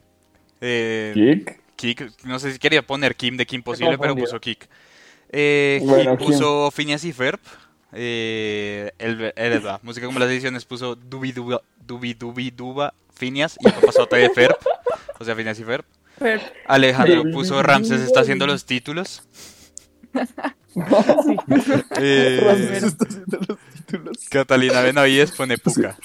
S2: Eh,
S5: ¿Kick?
S2: Kick, no sé si quería poner Kim de Kim Posible, pero
S7: confundido.
S2: puso Kick. Eh, Hit
S5: Bueno, Kim.
S2: puso Phineas y Ferb. Eh, el, el- el- la música como las ediciones puso Dubi Duba, Dubi Dubi Duba, Phineas y papazote de Ferb. O sea, Phineas y Ferb.
S8: Pero,
S2: Alejandro puso Ramses está haciendo los títulos.
S8: sí.
S2: Eh,
S5: Ramsés está haciendo los títulos.
S2: Catalina Benavides pone Puka.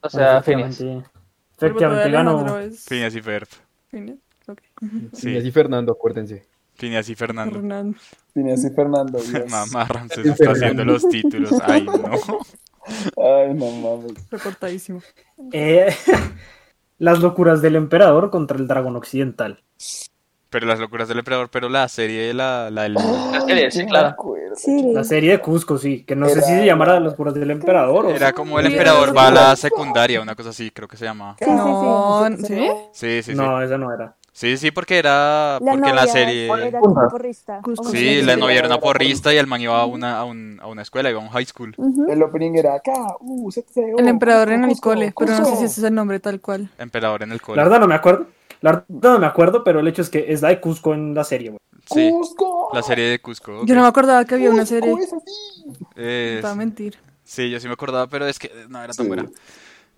S7: O sea, Phineas.
S3: Efectivamente-
S8: El voto de
S3: Efectivamente ganó.
S8: Alejandro es
S2: Phineas y Ferb.
S8: Phineas. Ok.
S6: Phineas
S2: Sí,
S6: y Fernando, acuérdense.
S2: Phineas y Fernando.
S8: Fernando.
S5: Phineas y Fernando. Dios.
S2: Mamá, Ramses está haciendo los títulos. Ay, no.
S5: Ay, no mames.
S8: Recortadísimo.
S3: Eh, las locuras del emperador contra el dragón occidental.
S2: Pero las locuras del emperador, pero la serie, la, la del...
S5: Oh.
S7: La serie, sí,
S5: No me
S7: claro.
S5: acuerdo.
S9: Sí,
S3: La serie de Cusco, sí, que no sé si se llamará las locuras del emperador o
S2: Era como el
S8: Sí,
S2: emperador
S8: era
S2: va a la secundaria, una cosa así, creo que se llamaba.
S9: sí, sí,
S8: No,
S9: sí,
S8: ¿sí?
S2: Sí, sí, sí.
S3: No, esa no era.
S2: Sí, sí, porque era.
S9: La
S2: Porque en la
S9: novia
S2: serie.
S9: Era como porrista.
S8: Cusco.
S9: o
S2: Sí,
S9: sea,
S2: la
S5: sí,
S2: novia era
S5: era
S2: una porrista y el man iba a
S9: Ujú.
S2: una, a, un- a una escuela, iba a un high school.
S9: Ujú.
S5: El opening era acá. Uh,
S8: El emperador en el cole, pero no sé si ese es el nombre tal cual.
S2: Emperador en el
S3: La
S2: cole.
S3: verdad no me acuerdo. La verdad no me acuerdo, pero el hecho es que es la de Cusco en la serie, güey.
S2: Sí,
S5: ¡Cusco!
S2: la serie de Cusco.
S8: Yo no me acordaba que había una serie.
S5: ¡Cusco es así!
S2: Eh,
S8: Para mentir.
S2: sí, yo sí me acordaba, pero es que eh, no era tan
S5: Sí.
S2: buena.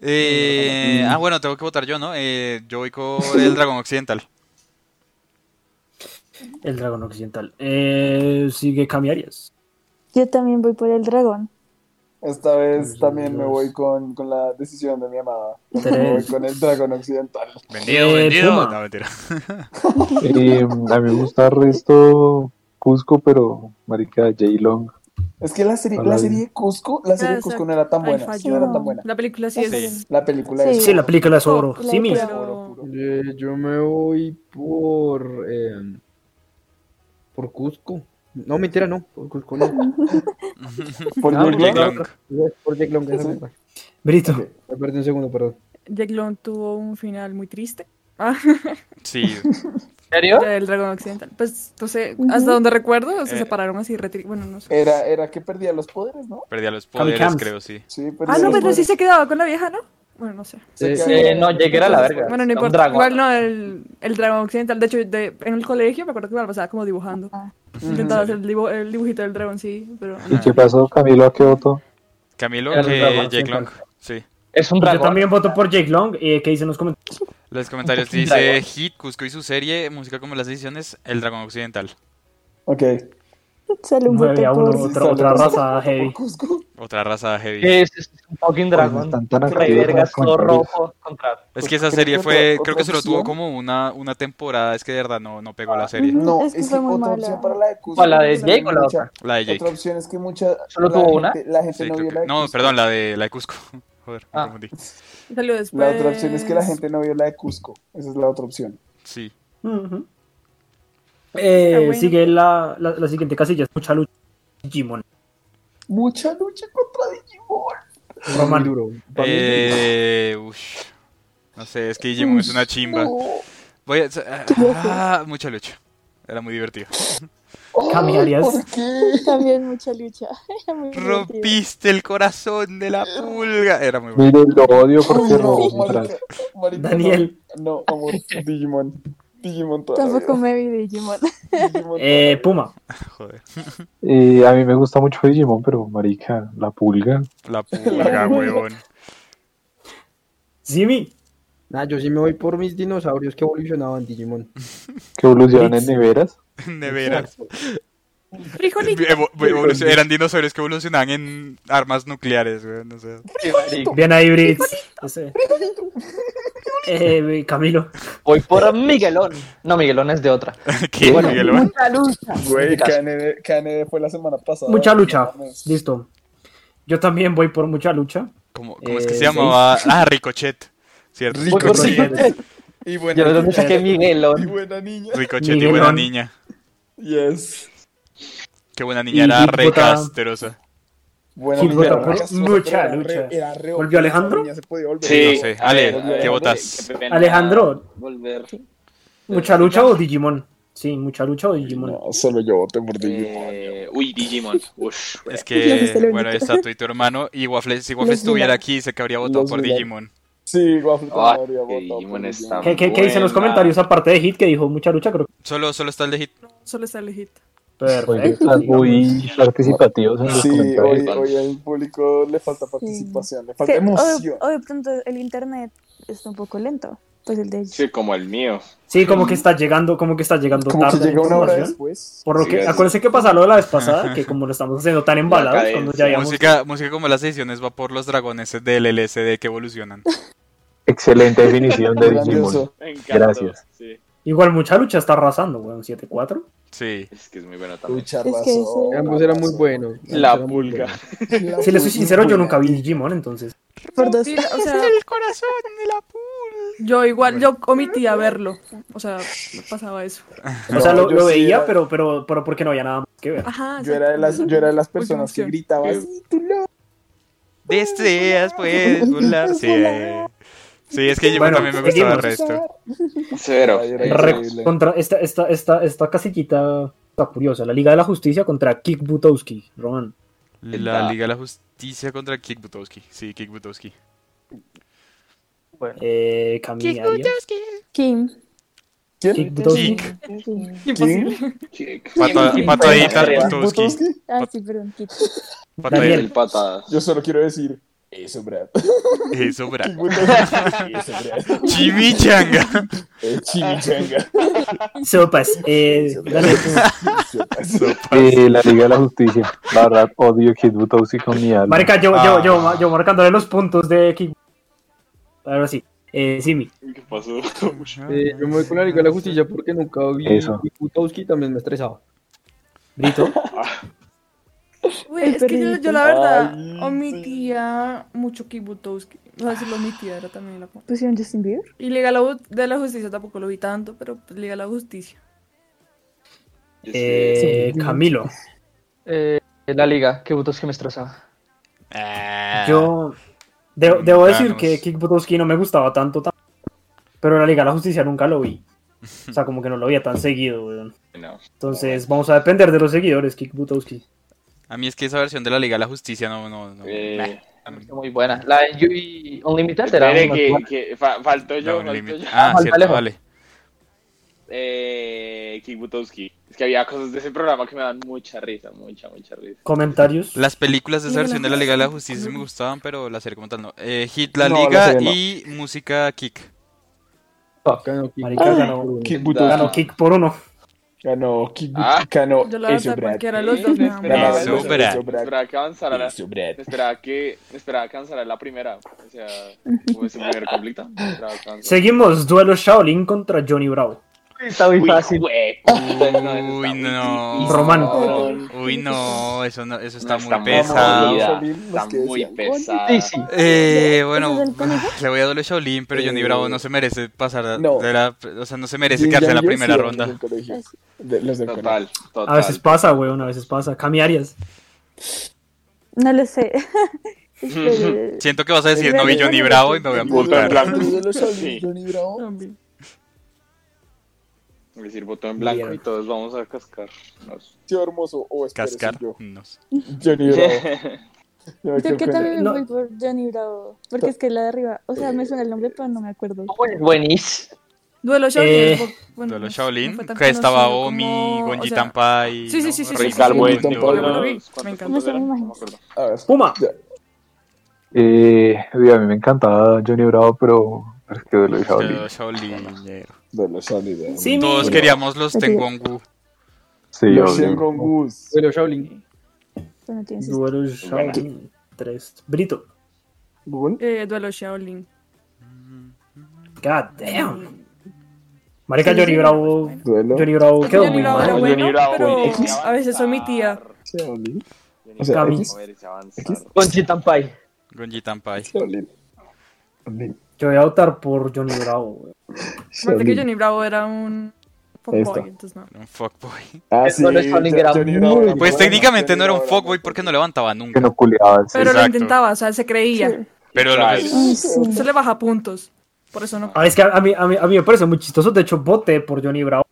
S2: Eh, ah, bueno, tengo que votar yo, ¿no? Eh, yo voy con el Dragón Occidental.
S3: El dragón occidental. Eh, sigue cambiarías.
S9: Yo también voy por el dragón.
S5: Esta vez
S3: Tres,
S5: también me
S3: dos.
S5: voy con, con la decisión de mi amada. Me voy
S3: Tres.
S5: con el dragón occidental.
S2: Vendido,
S3: Eh,
S2: vendido.
S3: Puma.
S2: No, mentira.
S10: Eh, a mí me gusta el resto Cusco, pero marica Jay Long.
S5: Es que la serie,
S10: Hola,
S5: la
S10: bien.
S5: serie de Cusco, la serie de
S8: Exacto.
S5: Cusco no era tan
S8: Ahí
S5: buena.
S8: falló.
S5: No era tan buena.
S8: La película sí, es.
S2: Sí.
S5: La película de
S9: Sí.
S3: Sí, la película es oro.
S9: La
S3: Sí, mis.
S9: película.
S5: Oro puro.
S6: Eh, yo me voy por. eh, por Cusco. No, mentira, no. Por Cusco no.
S5: Por
S6: Ah,
S2: Por
S5: Jack
S2: Jake
S5: Black.
S2: Long.
S6: por Jack Long. esa
S5: Sí.
S6: misma.
S3: Brito.
S6: Me perdí un segundo, perdón.
S8: Jack Long tuvo un final muy triste. Ah,
S2: Sí,
S7: ¿En serio?
S8: ya el dragón occidental. Pues, no sé,
S9: Ujú.
S8: hasta donde recuerdo, se
S2: Eh.
S8: separaron así. retri- Bueno, no sé.
S5: Era, era que perdía los poderes, ¿no?
S2: perdí a los
S3: Kami
S2: poderes,
S3: Kams.
S2: creo, sí.
S5: Sí, perdía
S8: Ah, no,
S5: los
S8: pero sí
S5: poderes.
S8: se quedaba con la vieja, ¿no? Bueno, no sé.
S6: Eh,
S5: Se
S7: Sí,
S5: quedaba-
S7: no, llegué a la verga.
S8: Bueno, no
S7: Era un
S8: importa.
S7: dragón.
S8: Igual no, el, el dragón occidental. De hecho, de- en el colegio me acuerdo que me la pasaba como dibujando. Intentaba hacer el, dibu- el dibujito del dragón, sí, pero.
S10: ¿Y qué pasó, Camilo, a Kioto?
S2: Camilo,
S7: Era el
S2: que
S7: Dragón
S2: Jake Long. Sí.
S7: Es un
S3: Y Yo
S7: dragón.
S3: también voto por Jake Long, eh, que dice en los comentarios.
S2: Los comentarios
S7: poquito
S2: dice
S7: dragón.
S2: Hit, Cusco y su serie, música como las ediciones, El Dragón Occidental.
S5: Ok.
S9: Sale un voto
S3: 9 a 1,
S9: por.
S5: Sí,
S3: otra,
S5: sale
S3: otra
S5: por-
S3: raza heavy.
S5: Por Cusco.
S2: Otra raza heavy.
S5: Eh,
S7: ¿Qué es? Es un
S2: Pues,
S7: fucking
S10: Oye,
S7: dragón.
S10: están tan
S7: Rey
S10: activos
S7: vergas,
S10: los
S7: todo
S10: comentarios.
S7: rojo. Contra.
S2: Es que esa
S5: Pues, creo
S2: serie
S5: que
S2: fue,
S5: otra-
S2: creo que
S5: otra
S2: solo tuvo
S5: opción.
S2: como una, una temporada, es que de verdad no, no pegó la serie.
S9: Ujú.
S5: No,
S9: Es
S5: es
S9: que
S5: que,
S9: fue muy
S5: otra
S9: mala.
S5: opción para la de Cusco.
S7: ¿O la de
S5: es que
S7: Jake o la
S5: mucha-
S7: otra?
S2: La de Jake.
S5: Otra opción es que mucha.
S7: ¿Solo
S5: la
S7: tuvo
S5: gente-
S7: una?
S5: La gente
S2: Sí,
S5: no
S2: creo
S5: vio
S2: que-
S5: la de
S2: No,
S5: Cusco.
S2: perdón, la de la de Cusco. Joder, me
S7: Ah.
S2: confundí.
S8: Salió después.
S5: La otra opción es que
S8: Pues.
S5: la gente no vio la de Cusco. Esa es la otra opción.
S2: Sí.
S3: Ujú. Eh,
S8: Ah, bueno.
S3: Sigue la, la, la siguiente casilla, es mucha lucha. Digimon.
S5: Mucha lucha contra Digimon.
S3: Román.
S6: Duro.
S2: Eh, ush. No sé, es que Digimon es una chimba. Voy a... ah, mucha lucha. Era muy divertido.
S3: Cambiarías.
S5: Oh, ¿Por qué?
S9: También mucha lucha. Muy divertido.
S2: Rompiste el corazón de la pulga. Era muy bueno.
S10: Mire, lo odio porque
S5: no,
S10: robó mi
S5: marica,
S10: frase.
S5: marica,
S3: Daniel.
S5: No, no, amor, Digimon. Digimon toda la
S9: Tampoco
S5: vida.
S9: me vi de Digimon.
S5: Digimon toda la
S3: Eh,
S5: vida.
S3: Puma.
S2: Joder.
S10: Eh, a mí me gusta mucho Digimon, pero marica, la pulga.
S2: La pulga, huevón.
S3: Simi.
S6: Nah, yo sí me voy por mis dinosaurios que evolucionaban Digimon.
S10: Que evolucionan en neveras.
S2: De veras.
S8: Frijolito.
S2: Evo- evolucion- eran dinosaurios que evolucionaban en armas nucleares, güey, no sé.
S7: Qué marica.
S3: Bien ahí, Brits. Ese. Eh, Camilo.
S7: Voy por Miguelón. No, Miguelón es de otra.
S2: ¿Qué,
S7: Bueno.
S2: Miguelón?
S5: Güey, KND, KND fue la semana pasada.
S3: Mucha lucha.
S5: Mames.
S3: Listo. Yo también voy por mucha lucha.
S2: ¿Cómo, cómo es que
S3: Eh,
S2: se llamaba? Ah, Ricochet. Cierto.
S7: Voy por Miguelón.
S5: Pues, Y
S7: Yo de
S5: buena,
S7: dónde saqué
S5: y
S7: Miguelón.
S5: buena niña.
S2: Ricochet y
S3: Miguelón.
S2: buena niña.
S5: Yes.
S2: Qué buena niña,
S3: Y
S2: era
S3: Hit
S2: re
S3: vota-
S2: casterosa.
S5: Buena
S3: Sí,
S5: niña.
S3: vota
S5: era
S3: por
S5: castrosa,
S3: mucha
S5: pero era
S3: lucha.
S5: re- era re-
S3: ¿Volvió Alejandro?
S5: esa niña se podía volver.
S2: Sí. No sé. Ale,
S4: Volver,
S2: ¿qué
S4: eh,
S2: votas?
S4: qué pena
S3: Alejandro.
S4: Volver.
S3: ¿Mucha lucha o Digimon? Sí, mucha lucha o Digimon.
S5: No, solo yo voté por Digimon.
S4: Eh, uy, Digimon. Ush.
S9: Ya fuiste
S2: Es que,
S9: la
S2: bueno, ahí
S9: única.
S2: está tú y tu hermano. Y Waffles, si Waffles
S9: Los
S2: estuviera
S9: Dylan.
S2: aquí, se que habría votado
S5: Los
S2: por
S5: Dylan.
S2: Digimon.
S5: Sí, Waffle
S4: Ah,
S5: también habría votado
S4: Digimon
S5: por
S4: está
S3: ¿Qué,
S5: Digimon.
S3: qué, qué dice en los
S4: Buena.
S3: comentarios aparte de Hit que dijo mucha lucha? Creo que
S2: Solo, solo está el de Hit.
S8: Solo está lejito.
S5: Pues,
S10: Hoy
S3: perfecto.
S10: están muy participativos en los
S5: Sí, hoy,
S10: comentarios.
S5: hoy al público le falta participación, le falta
S9: Que,
S5: emoción.
S9: O, o de pronto el internet está un poco lento. Pues el de
S4: Sí, como el mío.
S3: Sí, como que está llegando, como que está llegando
S5: Como que
S3: tarde. la
S5: llega una hora
S3: información.
S5: después.
S3: Por lo
S4: Sí,
S3: que,
S4: gracias.
S3: acuérdense que pasó lo de la vez pasada, que como lo estamos haciendo tan embalados,
S4: cadencia.
S3: cuando ya habíamos
S2: Música, música como las ediciones va por los dragones del LSD que evolucionan.
S10: Excelente definición de Digimon.
S5: Grandioso.
S4: Me encantó.
S10: Gracias.
S4: Sí.
S3: Igual mucha lucha está arrasando, weón, 7-4.
S2: Sí.
S4: Es que es muy bueno también.
S5: Lucha,
S9: Es que
S5: razón,
S9: ese-
S6: Ambos eran muy
S5: razón.
S6: buenos. ambos
S4: La
S6: eran muy
S4: pulga.
S6: buenos.
S3: Si les soy
S5: Muy
S3: sincero, yo
S5: buena.
S3: nunca vi Digimon, entonces.
S9: Por dos.
S8: Sí, o sea,
S2: corazón de la
S8: yo igual, yo omitía verlo. O sea, me pasaba eso.
S3: O sea,
S5: No,
S3: lo,
S5: yo
S3: lo
S5: sí
S3: veía,
S5: era-
S3: pero, pero, pero porque no había nada más que ver.
S8: Ajá.
S5: Yo era de las, yo era de las personas que
S8: Última opción.
S5: gritaba
S4: Sí.
S5: así, tú lo.
S2: Deseas, puedes volar. Sí. eh. Sí, es que Digimon
S3: Bueno,
S2: también me gustaba el
S3: seguimos.
S2: resto.
S4: Severo.
S5: Ay, era
S3: Re-
S5: increíble.
S3: contra esta, esta, esta, esta casillita está curiosa. La Liga de la Justicia contra Kick Butowski, Roman.
S2: La Liga de la Justicia contra Kick Butowski. Sí, Kick Butowski.
S3: Eh, Camille Arias.
S9: Kim.
S5: ¿Quién?
S3: Butowski.
S8: Imposible.
S2: Pata-
S8: Sí,
S2: patadita al
S4: sí,
S2: Butowski.
S9: Ah, sí, perdón. Kit.
S2: Patadita
S3: Daniel.
S2: al-
S4: El patada.
S5: Yo solo quiero decir, eso, Brad.
S2: Eso, bra.
S5: Eso, Brad.
S2: Chimichanga.
S5: Eh, Chimichanga.
S3: Sopas. Eh, dale,
S10: Eh, la Liga de la Justicia. La verdad, odio Kid Butowski con mi alma.
S3: Marica, yo, yo,
S2: Ah.
S3: yo, yo marcándole los puntos de Kick. Ahora sí. Eh, Simi.
S4: ¿Qué pasó?
S7: Ah,
S6: Eh, yo me voy con la Liga de la Justicia porque nunca vi
S10: Eso.
S6: y Butowski también me estresaba.
S3: Brito.
S8: Uy,
S9: El
S8: es que yo, yo la
S5: perrito.
S8: verdad
S5: Ay,
S8: omitía mucho Kibutowski. O sea, si lo omitía era también la cosa.
S9: ¿Pusieron Justin Bieber?
S8: Y Liga de la Ju- de la Justicia tampoco lo vi tanto, pero pues, Liga de la Justicia.
S3: Eh, Camilo.
S7: Eh, la liga, qué butos que me estresaba.
S5: Eh,
S2: Ah.
S3: Yo de- debo decir
S2: Thanos.
S3: que Kick Butowski no me gustaba tanto, tan- pero en la Liga de la Justicia nunca lo vi. O sea, como que no lo veía tan seguido, weón.
S4: No.
S3: Entonces, vamos a depender de los seguidores, Kick Butowski.
S2: A mí es que esa versión de la Liga de la Justicia no. no, no.
S4: Eh,
S7: Muy buena. La de Yui Unlimited era
S4: espere,
S7: muy
S4: que,
S7: buena.
S4: que fa- faltó
S2: Nah,
S4: yo,
S2: no,
S4: faltó
S2: límite.
S4: yo.
S2: Ah,
S7: Vale,
S2: cierto,
S7: Alejo.
S2: vale.
S4: Eh, Kick Butowski. Es que había cosas de ese programa que me dan mucha risa, mucha, mucha risa.
S3: Comentarios.
S2: Las películas de
S8: Liga
S2: esa
S8: de la
S2: versión de la Liga de la
S8: Justicia.
S2: Justicia sí me gustaban, pero la serie como tal no. Eh, Hit la
S5: No, la
S2: Liga
S5: serie no.
S2: y música Kick.
S6: Ganó Kid
S3: Marica ganó,
S5: Kid
S3: ganó
S5: Butowski.
S3: Kick por uno.
S5: Ganó Kid
S4: Ah.
S5: Ganó
S8: Yo la
S5: eso,
S8: verdad
S5: Brad.
S8: cualquiera de los dos me daba
S4: Ganó
S2: Eso,
S5: Eso,
S2: Brad.
S5: Brad.
S4: Esperaba que avanzara la,
S5: Eso, Brad.
S4: Esperaba que, esperaba que avanzara la primera. O sea, como ese primer conflicto. Esperaba que avanzara.
S3: Seguimos, duelo Shaolin contra Johnny Bravo.
S7: Está muy
S4: Uy,
S7: fácil.
S4: güey.
S2: Uy, no.
S3: Román.
S2: Uy, no, eso, no, eso está
S4: No,
S2: muy
S4: muy
S2: pesado.
S4: molida.
S5: Los
S4: Está
S5: que
S4: muy
S5: decían,
S4: pesada.
S7: Sí, sí.
S2: Eh,
S9: ¿Ese
S2: bueno,
S9: es el conejo?
S2: le voy a doler Shaolin, pero Johnny
S5: Eh,
S2: Bravo no se merece pasar a-
S5: no.
S2: de la, o sea, no se merece
S5: Jin
S2: quedarse en la
S5: Yang Yo
S2: primera
S5: sí,
S2: ronda.
S5: los del colegio. De- Los del colegio.
S4: Total, total.
S3: A veces pasa, weón, a veces pasa. Cami Arias.
S9: No lo sé. Espere.
S2: Siento que vas a decir, no vi
S9: Realmente
S2: Johnny
S9: no
S2: Bravo
S9: lo
S2: y me voy a
S5: Yo Botón
S2: apuntar.
S5: blanco.
S4: Sí.
S5: Yo lo sabía, Johnny Bravo.
S8: También.
S4: Es decir, botón en blanco y
S3: Vieron.
S4: todos vamos a cascar. Nos-
S5: Tío hermoso. O espere, soy
S2: Cascar.
S5: yo.
S2: No sé.
S5: Johnny Bravo. Yo me
S9: Yo
S5: quedo
S9: que
S5: con él.
S9: también
S3: No.
S9: me voy por Johnny Bravo, porque es que la de arriba, o sea, me suena el nombre, pero no me acuerdo.
S7: Buen- Buenísimo.
S8: Duelo Shaolin.
S3: Eh,
S8: es por- bueno,
S2: Duelo
S8: no sé,
S2: Shaolin,
S8: no fue tan
S2: que estaba
S8: conocido
S2: Omi,
S8: como-
S2: Gonji
S8: o sea,
S2: Tampai,
S8: sí, sí,
S2: ¿no?
S8: sí, sí, sí,
S2: Rick
S8: sí, sí,
S2: Albuin,
S5: Gonji
S2: digo,
S5: Tampai.
S2: ¿no?
S8: lo vi,
S4: ¿cuántos
S8: me encanta.
S4: puntos
S9: No sé,
S4: eran?
S9: me
S4: No me acuerdo.
S5: A ver.
S3: Puma.
S5: Ya.
S10: Eh, uy, a mí me encantaba Johnny Bravo, pero es que duele Shaolin.
S2: Duelo Shaolin, ñero.
S5: De los Shaolin, de-
S3: Sí, mi-
S2: Todos queríamos los
S9: Así es.
S2: Tengongu.
S10: Sí,
S5: Los
S10: obvio.
S5: Shenron Gus.
S6: Pero Shaolin.
S9: Eso no tiene sentido.
S3: Duelo Shaolin 3. Brito.
S5: Gun.
S8: Eh, duelo Shaolin.
S3: God damn. Marica
S9: Sí,
S3: Johnny
S9: sí,
S3: Bravo.
S5: Duelo.
S3: Johnny Bravo
S8: Porque
S3: quedó
S8: Johnny
S3: muy
S8: Bravo era
S3: mal.
S8: bueno,
S4: Johnny Bravo,
S8: pero
S4: güey.
S8: a veces omitía.
S5: Shaolin.
S4: Johnny
S5: O sea,
S4: Bravo,
S3: X.
S4: a ver si avanzar.
S7: Con Tampai.
S2: Gonji Tampai.
S5: Shaolin. Shaolin.
S3: Yo voy a votar por Johnny Bravo. weón.
S8: Aparte que
S5: Shaolin.
S8: Johnny Bravo era un
S5: Ahí está.
S8: fuckboy, entonces no.
S2: Un fuckboy.
S5: Ah,
S7: El duelo Shaolin era
S5: Johnny
S7: muy
S5: Bravo
S7: bueno.
S2: Pues
S5: bueno,
S2: técnicamente
S5: Johnny
S2: no era un
S5: Bravo
S2: fuckboy
S5: muy
S2: porque no levantaba
S10: Que
S2: nunca.
S10: no culiaba. sí.
S8: Pero lo
S2: Exacto.
S8: intentaba, o sea, se creía.
S2: Pero lo que...
S9: Ay, sí.
S8: Se le baja puntos. Por eso no.
S3: Ah, es que a a mí, a, mí, a mí me parece muy chistoso. De hecho, voté por Johnny Bravo.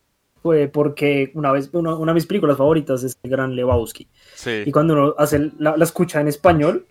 S3: Fue porque una vez, una, una de mis películas favoritas es El Gran Lebowski. Y
S2: Sí.
S3: cuando uno hace la, la escucha en español,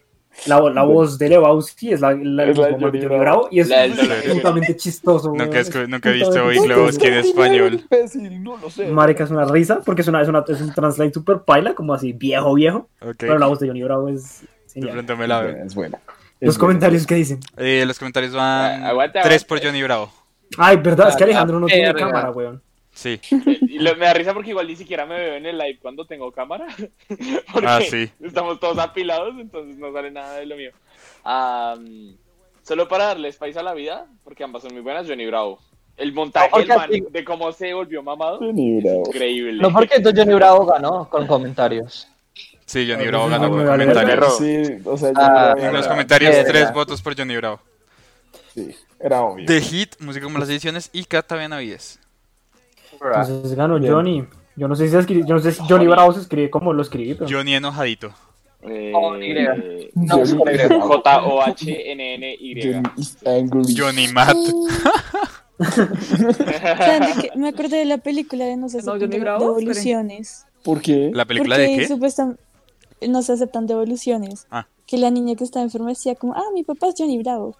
S3: la, vo- la voz de Lebowski es la, la,
S5: Es la de
S3: misma
S5: Johnny
S3: de Johnny
S5: Bravo.
S3: Bravo. Y es
S4: La del Dolor.
S3: absolutamente chistoso.
S2: Nunca,
S3: weón.
S2: escu-
S3: Es
S2: nunca he visto
S3: absolutamente
S2: Ois Lebowski en español.
S5: Imbécil, no lo sé.
S3: Marica es una risa porque es, una, es, una, es un translate super paila, como así viejo, viejo.
S2: Ok.
S3: Pero la voz de Johnny Bravo es.
S2: De
S3: genial.
S2: pronto me la veo.
S5: Es buena.
S3: Los comentarios que dicen.
S2: Eh, los comentarios van
S4: Ah, aguanta,
S2: 3
S4: aguanta.
S2: por Johnny Bravo.
S3: Ay, verdad, es que Alejandro no
S7: Ah,
S3: tiene
S7: verga.
S3: cámara, weón.
S2: Sí.
S4: Y lo- me da risa porque igual ni siquiera me veo en el live cuando tengo cámara. Porque
S2: Ah, sí.
S4: estamos todos apilados, entonces no sale nada de lo mío. Am, solo para darle spice a la vida, porque ambas son muy buenas, Johnny Bravo. El montaje
S7: No,
S4: del
S7: oiga,
S4: man,
S7: sí.
S4: de cómo se volvió mamado,
S5: Johnny Bravo.
S4: increíble.
S7: No porque entonces Johnny Bravo ganó con comentarios.
S2: Sí, Johnny
S3: Ah,
S2: Bravo
S3: sí,
S2: ganó
S3: sí,
S2: por
S3: me vale
S2: comentarios.
S4: verga.
S5: Sí, o sea, Johnny
S7: Ah,
S5: Bravo
S2: En los
S5: era-
S2: comentarios,
S7: verga.
S2: tres votos por Johnny Bravo.
S5: Sí, era obvio.
S2: The Hit, música como las ediciones y Cata Benavides.
S3: Entonces ganó
S5: Bien.
S3: Johnny. Yo no sé si se escribe, yo no sé si Johnny Bravo se escribe como lo escribí, pero.
S2: Johnny enojadito.
S4: Eh,
S7: Con Y. No,
S5: Johnny
S7: con Y.
S5: Bravo.
S4: J-O-H-N-N-Y.
S5: Johnny is angry.
S2: Johnny Matt.
S9: ¿Saben de qué? Me acordé de la película de No se
S8: No,
S9: aceptan
S8: Johnny Bravo, esperen.
S9: devoluciones.
S5: ¿Por qué?
S2: ¿La película de
S9: porque
S2: qué?
S9: supuestam- no se aceptan devoluciones.
S2: Ah.
S9: Que la niña que estaba enferma decía como, ah, mi papá es Johnny Bravo.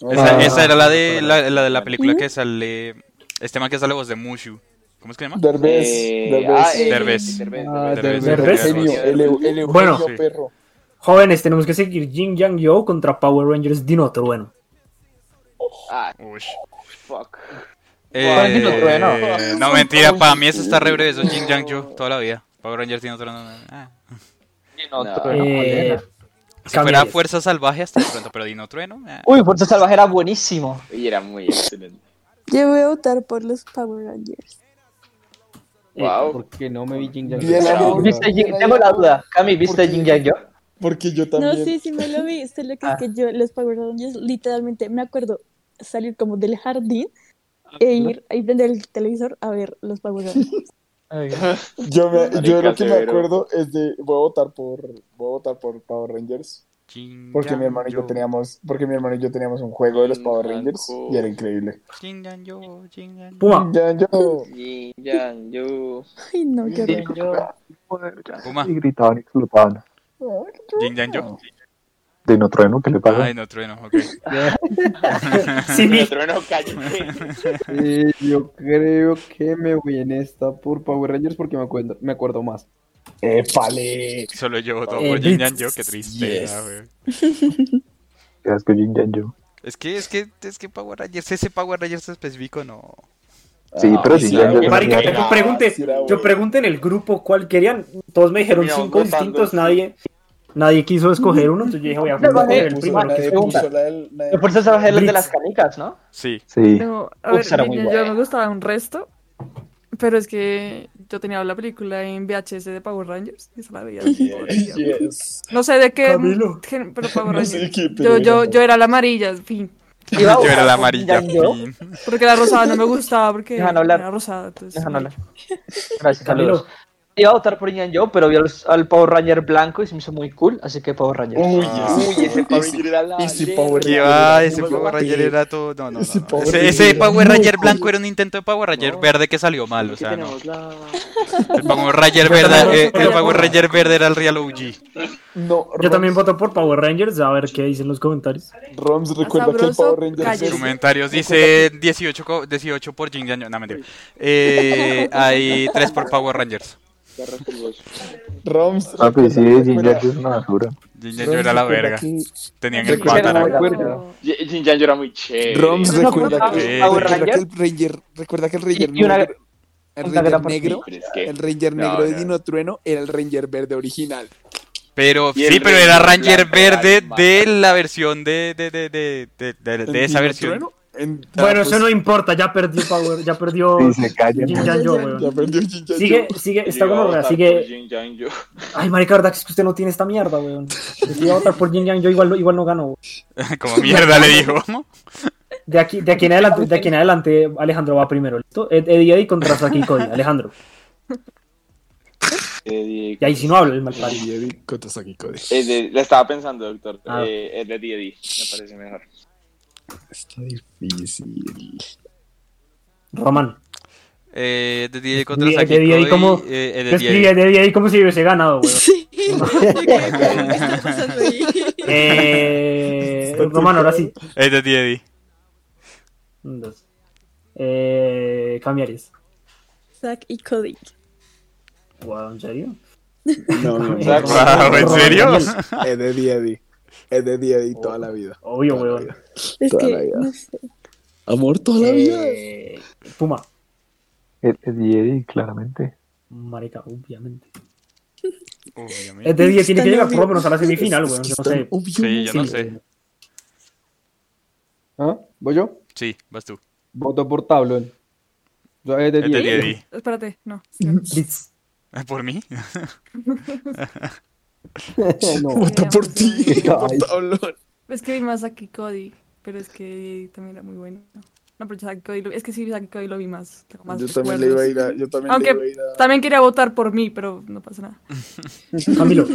S2: Esa,
S5: Ah,
S2: esa era la de la, la de la película que sale Este man que hace la voz de Mushu. ¿Cómo es que se llama?
S5: Derbez.
S4: Eh,
S5: Derbez.
S4: ah, eh,
S2: Derbez.
S4: Derbez,
S5: Ah,
S2: Derbez,
S3: Derbez.
S5: Derbez. genio, el eu- el Eugenio
S3: Bueno.
S2: Sí.
S5: perro.
S3: Jóvenes, tenemos que seguir Jin Yang Yo contra Power Rangers Dinotrueno.
S4: Ah,
S2: Ush.
S4: fuck.
S2: Eh,
S7: Dino Trueno.
S2: no, mentira, para mí eso está re breve, eso es Jin Yang Yo toda la vida. Power Rangers tiene otro nombre. Ah.
S7: Dino
S4: No.
S7: Trueno,
S3: Eh,
S7: Malena.
S2: Si fuera
S3: Cambiarías.
S2: Fuerza Salvaje hasta de pronto, pero Dino Trueno. ah.
S7: Uy, Fuerza Salvaje era buenísimo.
S4: Y era muy excelente.
S9: Yo voy a votar por los Power Rangers.
S4: Wow.
S6: Porque no me vi Jin Yang.
S5: Bien,
S6: Yo.
S5: Andrés.
S7: ¿Viste Jin- Tengo la duda. Cami, ¿viste
S5: Porque-
S7: Jin Yang Yo?
S5: Porque yo
S9: No,
S5: también.
S9: sí, sí me lo vi. Solo que es
S7: Ah.
S9: que yo, los Power Rangers, literalmente me acuerdo salir como del jardín e ir a prender el televisor a ver los Power Rangers.
S5: Yo, me- yo
S4: Marica,
S5: lo que me
S4: severo.
S5: acuerdo es de voy a votar por voy a votar por Power Rangers
S2: Jin
S5: porque mi
S2: Yang
S5: hermano y yo
S2: Yo.
S5: teníamos porque mi hermano y yo teníamos un juego de los Power Rangers y era increíble.
S2: Jin Yang Yo, Jin Yang Yo.
S3: Puma,
S5: Ya yo
S4: Yin Yang Yu.
S9: Ay, no, qué horror.
S2: Puma,
S10: Y gritaban y explotaban.
S2: Jin Yang Yo.
S10: De no trueno, ¿qué le
S2: Ah,
S10: pasa?
S2: Dino Trueno, ok.
S3: Simi,
S4: Trueno, cállate.
S6: Eh, yo creo que me voy en esta por Power Rangers porque me acuerdo, me acuerdo más.
S5: épale.
S2: Solo yo voto
S3: Eh,
S2: por Jin
S3: Beats.
S2: Yang Yo, qué triste.
S5: Yes.
S10: Qué asco, Jin Yang Yo.
S2: Es que, es que, es que Power Rangers, ese Power Rangers específico no.
S6: Ah,
S10: Sí, pero Jin Yang
S5: claro,
S10: Yo.
S5: que
S10: no
S3: marica,
S10: tenía-
S3: yo pregunté, yo pregunté en el grupo cuál querían. Todos me dijeron
S4: Terminamos
S3: cinco
S4: votando.
S3: distintos, nadie, nadie quiso escoger uno, entonces yo dije voy a
S7: No,
S3: escoger el
S7: vale,
S3: primero
S7: vale.
S3: que
S5: Nadie
S7: pregunta.
S5: puso la del- la del-
S7: Por eso Salvaje es la de las
S3: Blitz.
S7: canicas, ¿no?
S2: Sí.
S10: Sí,
S8: No, a
S7: Uf,
S8: ver,
S7: era muy
S8: niña, yo
S7: buena.
S8: me gustaba un resto, pero es que yo tenía la película en VHS de Power Rangers y se la veía. todo el día.
S5: Yes.
S8: No sé de qué,
S3: Camilo.
S8: gen- pero Power
S5: No sé
S8: Rangers.
S5: qué,
S8: Yo,
S5: pero
S8: yo,
S5: era-
S8: yo era la amarilla, en fin.
S7: Iba a
S2: Yo era la
S7: votar por Jin
S2: amarilla.
S7: Yang Yo.
S2: fin.
S8: Porque la rosada no me gustaba, porque
S7: Dejan hablar.
S8: era rosada. Entonces,
S7: Déjame hablar. Gracias,
S3: Camilo,
S7: saludos. Iba a votar por Jin Yang Yo, pero vi al, al Power Ranger blanco y se me hizo muy cool, así que Power Ranger.
S5: Uy,
S2: Ah.
S5: yes.
S4: Uy, ese Power
S5: Easy-
S4: Ranger era la
S5: Easy
S4: verga.
S5: Power
S2: Que
S5: Ranger.
S2: va, ese
S5: Muy
S2: Power Ranger
S5: guapi.
S2: era todo. No, no, no.
S5: Ese
S2: no.
S5: Power
S2: Ese,
S5: Ranger
S2: ese
S5: era
S2: Power
S5: muy
S2: Ranger
S5: cool.
S2: blanco era un intento de Power Ranger
S4: No.
S2: verde que salió mal, o
S4: Que
S2: sea, no.
S4: tenemos la...
S2: El Power Ranger
S3: Yo también
S2: verde, eh,
S3: voto
S2: el
S3: por
S2: Power
S3: Power
S2: Ranger verde era el real OG.
S5: No,
S3: yo también
S5: Roms-
S3: voto por Power Rangers, a ver qué dicen los comentarios.
S5: Roms recuerda que el
S8: sabroso,
S5: Power Rangers
S8: cállese.
S5: es
S2: Comentarios, dice 18, co- 18 por Jin Yang. No, mentira. Eh, hay 3 por Power Rangers.
S4: Garras pulgoso.
S5: Roms.
S10: papi, sí,
S5: recuerda-
S10: Jin Yang Yo es una basura.
S2: Jin Yang era la verga. Tenían el
S5: Recuerda-
S2: pátano.
S6: acuerdo.
S4: Y- Jin Yang Yo era muy chévere.
S5: Roms
S7: Pero no, pero
S5: recuerda que,
S2: Power
S5: recuerda que
S7: Ranger.
S5: el Ranger, recuerda que el Ranger
S7: Y una-
S5: negro, el
S7: una
S5: Ranger
S7: gran partida.
S5: negro,
S4: Pero es que-
S5: el Ranger
S4: No,
S5: negro de
S4: no.
S5: Dino Trueno era el Ranger verde original.
S2: Pero
S4: Y el
S2: sí, pero
S4: Ranger
S2: era Ranger
S4: blanco era
S2: verde
S4: el más-
S2: de la versión de, de, de, de, de, de-
S5: El
S2: de esa
S5: Dino
S2: versión.
S5: Trueno, en- ah,
S3: Bueno,
S5: pues,
S3: eso no importa, ya perdió Power, ya perdió
S10: Sí, se callan.
S3: Jin Yang Yo,
S5: Ya
S3: weón.
S5: perdió Jin Yang
S3: Sigue,
S5: Yo.
S3: sigue,
S4: Yo
S3: está
S4: iba a
S3: como rara,
S4: votar por
S3: sigue.
S4: Jin Yang Yo.
S3: Ay, marica, verdad que es que usted no tiene esta mierda, weón. Si iba a votar por Jin Yang Yo, igual, igual no gano. weón.
S2: Como mierda le dijo.
S3: De aquí, de aquí en adelante, de aquí en adelante, Alejandro va primero, ¿listo? Ed- Eddie Eddie contra Saki Cody, Alejandro.
S4: Eh, di-
S3: Y ahí si no hablo, el mal parido.
S5: Eddie, Eddie, contra Saki Cody.
S4: eh, de- la estaba pensando, doctor.
S3: Ah.
S4: Eh, es de D&D, me parece mejor.
S5: Está difícil.
S3: Román.
S2: Eh, de DJ contra
S3: Eddie-
S2: Saki
S3: Eddie, Eddie,
S2: Cody,
S3: ¿cómo?
S2: eh, eh, de
S3: Yo escribí
S2: DJ.
S3: Eddie Eddie como si hubiese ganado, weón.
S9: Sí. Yo creo que algo está pasando ahí.
S3: Eh, Román, ahora sí.
S2: Eh, de DJ.
S3: Un, dos. Eh, Camiares.
S9: Zack y Cody.
S3: Wow, ¿en serio?
S5: No, no,
S3: Wow, ¿en
S5: Roms,
S2: serio?
S5: Es de Eddie, es de Eddie toda la vida.
S3: Obvio,
S5: Toda la
S3: weón.
S5: vida.
S9: Es
S5: Toda la
S9: que,
S5: vida.
S9: no sé.
S5: Amor toda la vida.
S3: Eh, Puma.
S10: Es es Jedi, claramente.
S3: Marica, obviamente.
S2: Obviamente.
S3: Este día tiene que
S9: Tan
S3: llegar
S9: obvio.
S3: por lo menos a la semifinal,
S5: Es
S3: weón.
S5: que
S3: Yo
S5: es
S3: no
S5: tan
S3: sé.
S5: obvio,
S2: Sí, yo no
S3: Sí.
S2: sé.
S6: ¿Ah? ¿Voy yo?
S2: Sí, vas tú.
S6: Voto por Tablón. Yo, eh, de
S2: Eh, de
S6: 10.
S2: DJ.
S8: Espérate, no.
S3: Blitz.
S2: ¿Por mí?
S6: no.
S5: Vota por ti,
S8: Ay.
S5: por tablón.
S8: Es que vi más a Cody, pero es que también era muy bueno. No, pero Saki Cody, lo- es que sí, Saki Cody lo vi más. tengo más
S5: Yo también le iba a
S8: recuerdos.
S5: ir a. Yo también
S8: Aunque
S5: le iba a ir a.
S8: también quería votar por mí, pero no pasa nada.
S3: Camilo.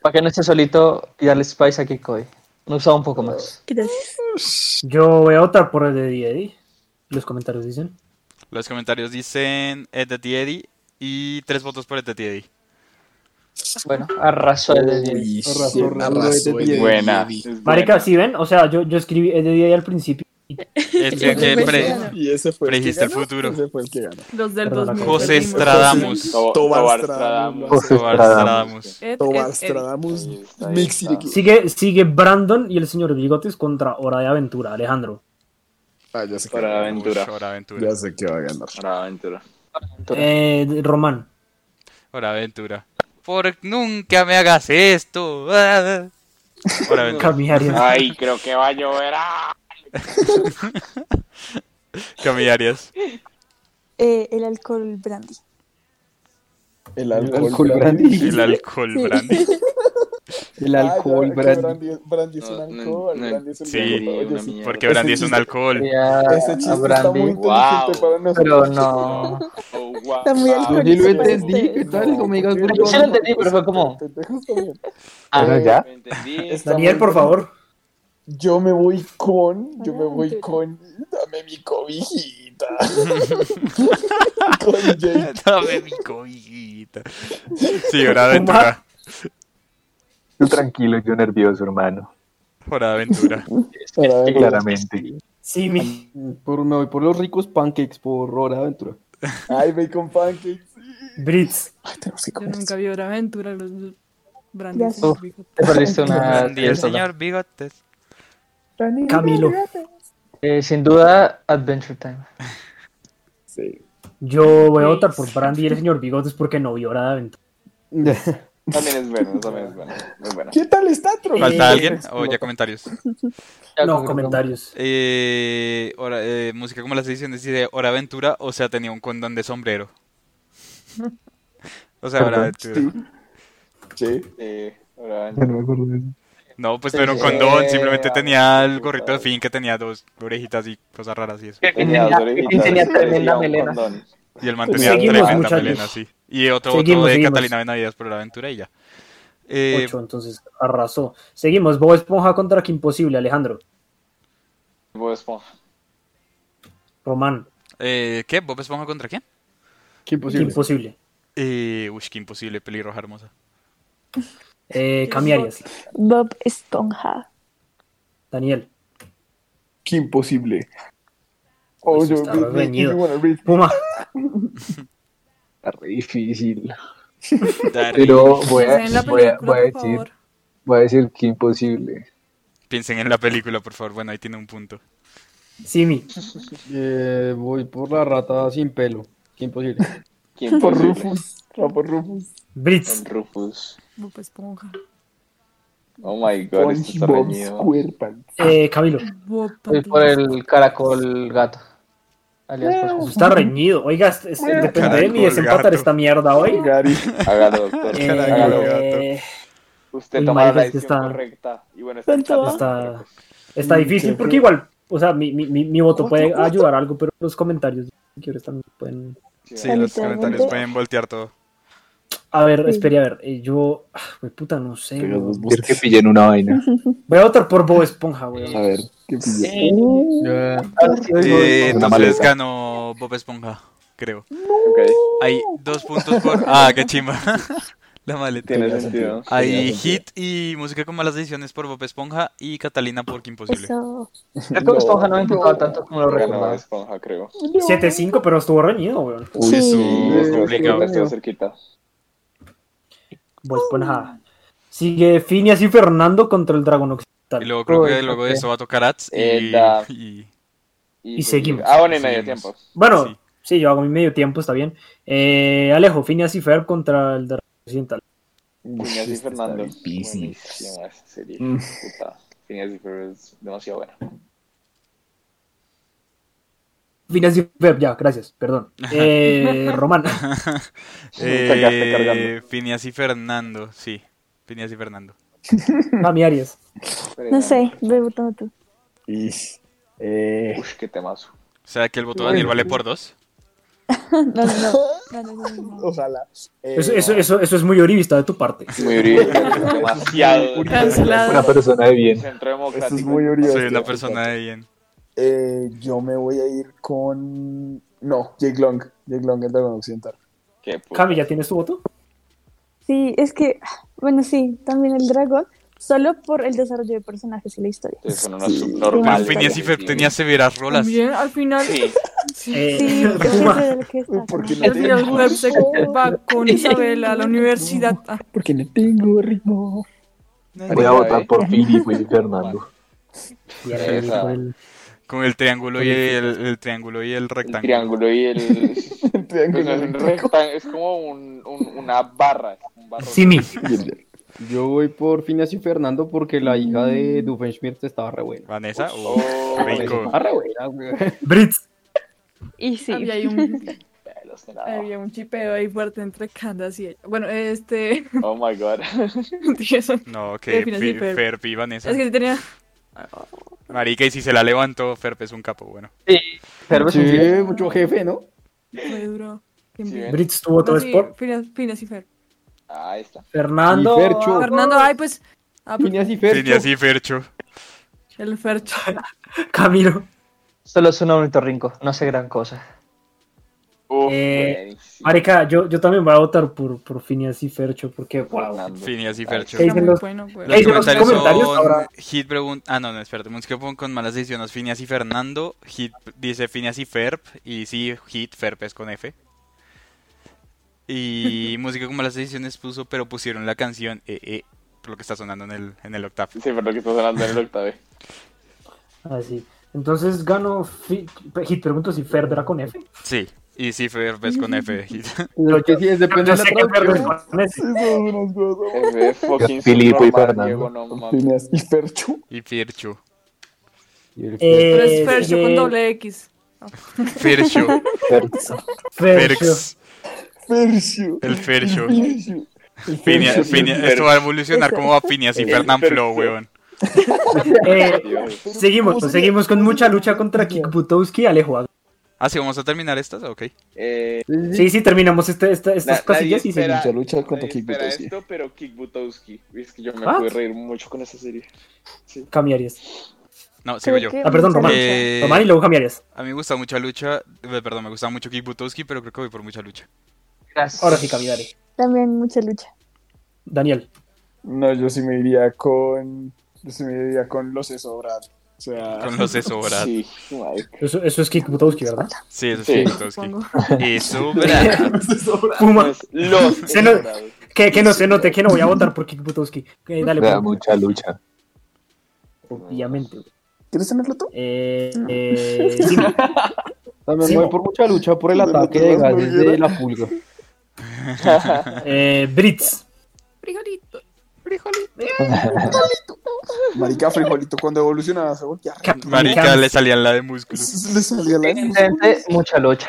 S7: Para que no esté solito y darle spice a Kikoi. Me gustaba un poco más.
S9: Gracias.
S3: Yo voy a votar por el de Eddie. Los comentarios dicen.
S2: Los comentarios dicen Ed de DJ y tres votos por Ed de DJ.
S7: Bueno, arrasó el de 10.
S5: Uy,
S6: Arrasó,
S5: sí,
S6: arrasó,
S5: arrasó
S6: de
S5: el
S6: diez.
S5: de
S4: Buena.
S5: Didi.
S4: es buena.
S3: Marica, si ven, o sea, yo, yo escribí el de Eddie al principio
S2: Este que
S5: Bueno,
S2: pre-
S5: y ese fue
S2: previste el
S5: el que ganó,
S2: futuro.
S5: Ese fue el que ganó.
S8: Los del
S10: Perdona,
S8: 2000.
S2: José
S8: perdimos.
S2: Stradamus.
S4: Tobar
S5: Tobar
S4: Stradamus.
S5: Stradamus.
S10: José Stradamus.
S8: Ed, Ed,
S5: Tobar
S8: Ed.
S5: Stradamus.
S4: Ahí está, ahí
S5: Mixiriki.
S3: Sigue, sigue Brandon y el señor Bigotes contra Hora de Aventura, Alejandro.
S5: Ah, ya sé que
S4: Para
S5: va a
S4: aventura.
S2: Ush, Hora aventura.
S5: ganar. Ya sé que va a ganar.
S4: Para aventura.
S3: Eh, Román.
S2: Hora aventura. Por nunca me hagas esto. Hora aventura.
S3: Camiarias.
S4: Ay, creo que va a llover. ¡ah!
S2: Camillarias.
S9: Eh, el alcohol brandy.
S5: El
S6: El
S5: alcohol.
S6: alcohol brandy.
S2: El alcohol brandy.
S6: El
S5: Ah, ya,
S6: alcohol
S5: que
S6: brandy.
S5: brandy. Brandy es un
S4: No, no,
S5: alcohol.
S4: no,
S5: brandy es un
S2: sí,
S5: alcohol. Oye,
S4: una
S5: sí,
S4: mierda.
S2: Porque brandy es un alcohol.
S7: Ya,
S5: Ese chiste
S7: a
S5: está muy
S7: Brandy.
S5: inteligente
S4: Wow.
S5: para nosotros.
S7: Pero no.
S4: Oh, wow.
S9: Está muy
S6: Yo
S9: alcohólico.
S6: ni lo
S9: Pero
S6: entendí.
S9: ustedes-
S6: ¿Qué tal? No me digas
S5: Porque-
S7: Yo sí lo
S6: burlón.
S7: entendí, pero fue como.
S5: Pendejos también.
S10: Bueno, Ah, ya.
S4: Lo entendí.
S5: Está
S3: Daniel,
S5: muy-
S3: por favor.
S5: Yo me voy con. Yo me voy
S9: Adelante.
S5: con. Dame mi cobijita. con Jake.
S2: Dame mi cobijita. Sí, hora aventura.
S10: Tú tranquilo, yo nervioso, hermano.
S2: Hora aventura.
S5: Para ver.
S10: Claramente.
S3: Sí, mi.
S6: Mm, Por, me voy por los ricos pancakes por Hora de Aventura.
S5: Ay, bacon pancakes.
S3: Brits.
S5: Ay, tenemos que
S8: Yo
S5: comer.
S8: nunca vi Hora Aventura, los brandy.
S9: Ya.
S8: señor Bigote.
S7: Te perdiste una.
S2: Brandy, el
S7: persona.
S2: señor Bigotes.
S3: Camilo.
S7: Eh, sin duda, Adventure Time.
S5: Sí.
S3: Yo voy a votar por Brandy y el señor Bigotes porque no vi Hora de Aventura.
S4: También es bueno, también es bueno. Muy bueno.
S5: ¿Qué tal está, Tron?
S2: ¿Falta alguien? O ya comentarios.
S7: Ya,
S3: No,
S7: como-
S3: comentarios.
S2: Eh, hora- eh, música como las ediciones de Hora Aventura, o sea, tenía un condón de sombrero. O sea, Hora Aventura.
S5: Sí.
S4: Sí, Eh, ahora
S10: Ya no me acuerdo de eso.
S2: No, pues no era un
S7: Sí,
S2: condón,
S4: sí,
S2: simplemente
S4: ah,
S2: tenía
S4: sí,
S2: el gorrito de
S4: claro.
S2: fin que tenía dos orejitas y cosas raras y eso.
S7: Que
S4: Tenía
S7: tenía-
S4: dos
S7: que
S4: orejitas,
S7: tenía
S4: parecía
S7: tremenda
S4: un
S7: melena.
S4: condón.
S2: Y el man tenía
S3: Pues Seguimos,
S2: tremenda
S3: muchachos.
S2: melena, sí. Y otro, otro
S3: Seguimos,
S2: de
S3: seguimos.
S2: Catalina Benavides por Hora Aventura y ya. Eh,
S3: Ocho, entonces arrasó. Seguimos. Bob Esponja contra que imposible, Alejandro.
S4: Bob Esponja.
S3: Román.
S2: eh, ¿Qué? ¿Bob Esponja contra quién?
S6: Qué
S3: Imposible.
S6: imposible.
S2: Eh, uy, qué imposible, pelirroja hermosa.
S3: Eh, Camiarias.
S9: Bob Esponja.
S3: Daniel.
S5: Qué imposible. Oh,
S3: Eso
S5: yo.
S3: está
S5: Read me if
S3: reñido.
S5: you wanna read.
S3: Puma.
S10: Está re difícil.
S2: Dari-
S10: Pero voy a,
S8: Piensen Pues en la
S10: voy a-
S8: película,
S10: voy a
S8: por
S10: decir,
S8: favor.
S10: voy a decir que imposible.
S2: Piensen en la película, por favor. Bueno, ahí tiene un punto.
S3: Simi.
S6: Eh, voy por la rata sin pelo. Qué imposible.
S4: ¿Quién
S5: Por
S4: posible?
S5: Rufus. Va por Rufus.
S3: Brits.
S4: El Rufus.
S8: Bob Esponja.
S4: Oh my god, esto está
S5: SpongeBob
S4: reñido.
S5: SquarePants.
S3: Eh, Camilo.
S8: Bob Patiño.
S7: Voy por el caracol gato. Alias por
S3: Eso Pues está reñido. Oiga, es- es- depende de mí
S2: Caracol,
S3: desempatar
S2: gato.
S3: esta mierda hoy.
S5: Gary.
S4: Hágalo, doctor.
S3: Eh,
S4: Hágalo.
S3: eh,
S4: Usted
S3: uy,
S4: toma la
S3: marica, es que
S4: decisión
S3: está-
S4: correcta. Y bueno, está en
S9: ¿Cuánto
S4: chat,
S3: va?
S4: pero pues,
S3: está difícil porque igual, o sea, mi, mi, mi, mi voto puede ayudar a algo, pero los comentarios si quieres, también pueden.
S2: Sí,
S9: Ah,
S2: los
S9: literalmente.
S2: comentarios pueden voltear todo.
S3: A ver,
S9: Sí.
S3: espere, a ver. eh, yo. ah, güey, puta, no sé.
S5: Pero
S3: güey.
S5: los
S10: Decir que
S5: busques.
S10: pillen una vaina.
S3: Voy a votar por Bob Esponja, güey.
S5: A ver. ¿Qué pillé?
S9: Uh,
S6: Ya.
S10: Ah,
S2: Eh,
S10: Una
S2: entonces
S10: maleta.
S2: ganó Bob Esponja, creo.
S4: ok,
S2: Hay dos puntos por. Ah, qué chimba. La maleta.
S4: tiene sentido.
S2: Hay
S5: Tenía sentido.
S2: hit y música con malas decisiones por Bob Esponja y Catalina por Qué Imposible.
S9: Eso.
S7: Creo que Esponja no me
S5: No,
S7: encantaba tanto como lo
S4: Ganó
S7: recordaba.
S4: Esponja, creo.
S3: 7-5, pero estuvo reñido, güey.
S10: Uy,
S9: Sí.
S2: Uh,
S5: Sí,
S2: es
S5: sí,
S2: complicado.
S4: La estuvo pues, cerquita.
S3: Bob Esponja. Sigue Phineas y Fernando contra el Dragón
S2: Y
S3: Occidental.
S2: luego creo que
S7: Uy,
S2: luego de
S7: ok.
S2: eso va a tocar ads y,
S4: Eh, da.
S2: y-
S3: Y seguimos.
S4: Ah, bueno, y medio
S2: Seguimos.
S4: tiempo.
S3: Bueno,
S2: sí.
S3: sí. yo hago mi medio tiempo, está bien. Eh, Alejo, Phineas y Ferb contra el Dragón Occidental.
S4: Phineas y
S5: está
S4: Fernando.
S5: difícil.
S4: Buenísima esa serie.
S5: Mm.
S4: Puta. Phineas y Ferb es demasiado buena.
S3: Phineas y Ferb, ya, gracias, perdón. Eh, Román.
S4: Sacaste
S2: Eh,
S4: cargando.
S2: Phineas y Fernando, sí. Phineas y Fernando.
S3: Mami Arias.
S9: No sé, ve votando tú.
S5: Mm, Y, eh,
S4: Ush, qué temazo.
S2: O sea que el voto de Daniel vale por dos.
S9: No, no, no. no, no, no, no.
S5: ojalá. Eh,
S3: Eso, eso, eso, eso es muy oribista de tu parte.
S4: Muy horrible. demasiado.
S8: Cancelado.
S10: Una persona de bien.
S4: Centro
S5: Esto
S4: democrático.
S5: es muy orgulloso.
S2: Soy una persona de bien.
S5: Eh, yo me voy a ir con. No, Jake Long. Jake Long, el dragón occidental.
S4: Qué puta.
S3: Cami, ¿ya tienes tu voto?
S9: Sí, es que, bueno, sí, también el dragón, Solo por el desarrollo de personajes y la historia.
S4: Entonces, son unos subnormales.
S9: Fin,
S2: Phineas y Ferb tenía severas rolas.
S8: También, al final.
S4: Sí,
S3: Eh,
S9: Sí, creo que eso era lo que estaba
S5: Porque
S9: pensando.
S5: no
S8: Al final,
S5: tengo,
S8: Ferb se va con Isabela a la universidad. Ah,
S5: porque no tengo ritmo.
S10: Voy a votar por Philip y Fernando.
S3: y era ahí
S4: Esa.
S3: con el-
S2: Con el triángulo y el, el triángulo y el
S4: el
S2: rectángulo.
S4: triángulo y el.
S5: El triángulo
S4: pues, el
S5: eléctrico.
S4: rectángulo, es como un, un- una barra. es como Un barro.
S3: Simi.
S6: Yo voy por Phineas y Fernando porque la hija
S10: Mm.
S6: de Doofenshmirtz estaba re buena.
S2: Vanessa, oh,
S4: Oh,
S2: rico.
S6: Estaba re buena, güey.
S3: Brits.
S9: Y sí.
S2: Ah,
S8: había, ahí un,
S4: pelos de nada.
S8: había un chipeo ahí fuerte entre Candace y ella. Bueno, este.
S4: Oh my god.
S8: dije eso.
S2: No,
S8: Sí,
S2: que
S8: Phineas y
S2: Fi-
S8: Ferb.
S2: Ferb y Vanessa.
S8: Es que sí tenía.
S2: Marica, y si se la levantó, Ferb es un capo, bueno.
S7: Pero
S6: Sí,
S7: sí.
S6: mucho jefe, ¿no?
S8: Fue duro. Qué
S4: Sí,
S6: Eh,
S8: envidia.
S4: ven.
S3: Brits tuvo todo
S8: Bueno, sí,
S3: Sport.
S8: Finas, Finas y Fer.
S4: Ahí está.
S3: Fernando.
S6: Y Fercho.
S3: ah,
S8: Fernando, ay, pues. ah, pues,
S6: Phineas y
S2: Phineas
S6: Fercho.
S2: y Fercho.
S8: el Fercho.
S3: Camilo.
S7: Solo es un ornitorrinco, no hace gran cosa.
S4: Uf,
S3: Eh,
S4: buenísimo.
S3: Marica, yo, yo también voy a votar por, por Phineas y Fercho porque, wow.
S4: Fernando.
S2: Phineas y
S4: Ay,
S2: Fercho.
S3: ¿Qué
S8: Era
S3: dicen
S8: muy
S3: los-
S8: bueno, güey.
S2: Los
S3: Ey, de los
S2: comentarios
S3: comentarios
S2: son
S3: ahora-
S2: Hit pregunta. Ah, no, no, espérate. Música con- con malas ediciones. Phineas y Fernando. Hit dice Phineas y Ferb. Y sí, Hit, Ferb es con F. Y música con malas ediciones puso, pero pusieron la canción eh, eh, por lo que está sonando en el, en el octavo.
S4: Sí, pero lo que está sonando en el octavo.
S3: Así. Entonces gano. Fi- Hit, pregunto si Ferb era con F.
S2: Sí, y sí, Ferb es con F. Hit.
S6: Lo que sí es, depende
S3: Yo
S6: de la
S3: sé que Ferb es
S6: traducción.
S3: con F.
S5: Eso es unas cosas.
S4: Ese fucking
S10: Filipo y
S4: subnormal,
S10: Fernando.
S4: Diego, no mames.
S5: Phineas y Fercho.
S2: Y Fircho.
S6: Eh,
S8: Pero
S3: Eh,
S8: es Fercho
S3: sigue
S8: con doble X.
S2: Fircho.
S3: eh, Fercho.
S2: Ferx.
S5: Fercho.
S2: El Fercho.
S5: Fercho. El
S2: Phineas,
S5: Fercho.
S2: Phineas- esto va a evolucionar como a Phineas y
S4: El
S2: Fernand
S4: Fercho.
S2: Flow, weón.
S3: Eh,
S4: Dios.
S3: seguimos, seguimos con mucha lucha contra Kik Butowski y Alejo.
S2: Ah, sí, vamos a terminar estas, ok.
S4: Eh,
S3: Sí, sí, terminamos este- esta- estas
S4: na-
S3: cosillas y
S4: nadie espera-
S3: seguimos.
S5: Mucha lucha contra
S4: nadie
S5: Kick
S4: espera
S5: Butowski.
S4: esto, pero Kick Butowski. Es que yo me
S3: ¿Ah?
S4: pude reír mucho con esa serie.
S3: Cambiarías.
S2: No, sigo
S9: Creo
S2: yo.
S9: que
S3: Ah, perdón,
S9: mucha
S3: Román.
S9: lucha.
S2: Eh,
S3: Román y luego cambiarías.
S2: A mí me gusta mucha lucha, eh, perdón, me gusta mucho Kick Butowski, pero creo que voy por mucha lucha.
S7: Gracias.
S3: Ahora sí cambiaré.
S9: También mucha lucha.
S3: Daniel.
S5: No, yo sí me iría con. Yo sí me iría con los Esobrat. O sea.
S2: Con los de sobra. Sí,
S4: Ah, Sí, marica.
S3: Eso, eso es Kik Butowski, ¿verdad?
S2: eso es
S4: Sí.
S2: Kick Butowski.
S8: Supongo.
S2: Y sobra.
S3: Puma.
S4: Los- Pues, Los
S3: Se nos-
S4: enamorados.
S3: Que, que no se note que no voy a votar por Kik Butowski. Eh, dale,
S10: Me da
S7: pues,
S3: Puma.
S10: mucha lucha.
S3: obviamente. güey.
S5: ¿Quieres tenerlo tú?
S3: Eh, eh, Simi.
S6: También
S3: sí.
S6: voy por mucha lucha por el
S5: Pero no
S6: ataque
S5: te
S6: de
S5: vas a
S6: gases
S5: olvidar.
S6: de la pulga.
S3: Eh, Brits.
S8: Frijolito.
S5: Marica frijolito, cuando evolucionaba se volteaba.
S3: Cap-
S2: Marica, le salían la de músculos.
S5: Le salía la
S7: Evidentemente, mucha lucha.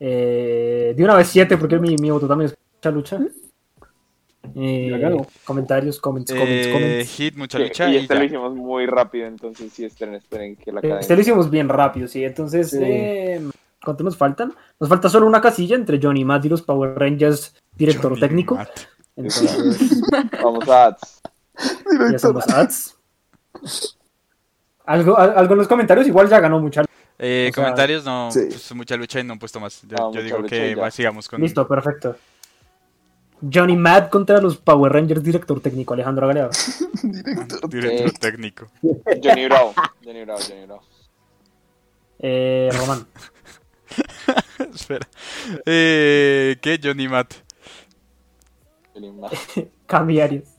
S3: Eh, de una vez siete, porque mi, mi voto también es mucha lucha.
S6: ¿Mm? Ya
S3: Eh,
S6: ganó.
S3: comentarios, comments, comments,
S2: Eh,
S3: comments.
S2: hit, mucha
S4: Sí,
S2: lucha
S4: y
S2: y
S4: este lo
S2: ya.
S4: hicimos muy rápido, entonces sí, esperen, esperen que la
S3: Eh,
S4: cadena.
S3: Este lo hicimos bien rápido, sí. Entonces,
S6: Sí.
S3: eh, ¿cuánto nos faltan? Nos falta solo una casilla entre Johnny Matt y los Power Rangers, director
S2: Johnny
S3: técnico.
S2: Matt.
S3: Entonces,
S4: Vamos a ads.
S3: ya somos ads. Algo, al- algo en los comentarios, igual ya ganó mucha
S2: Eh,
S3: O sea,
S2: comentarios, no,
S5: sí.
S2: pues, mucha lucha y no han puesto más. Yo,
S4: Ah,
S2: yo
S4: mucha
S2: digo
S4: lucha
S2: que
S4: y ya.
S2: va, sigamos con.
S3: Listo, perfecto. Johnny Mad contra los Power Rangers, director técnico, Alejandro Agaleado.
S2: Director
S4: Eh.
S2: técnico.
S4: Johnny Bravo. Johnny Bravo, Johnny Bravo.
S3: Eh, Román.
S2: Espera. Eh, ¿Qué? Johnny Matt.
S4: Johnny Bravo.
S3: Cami Arias.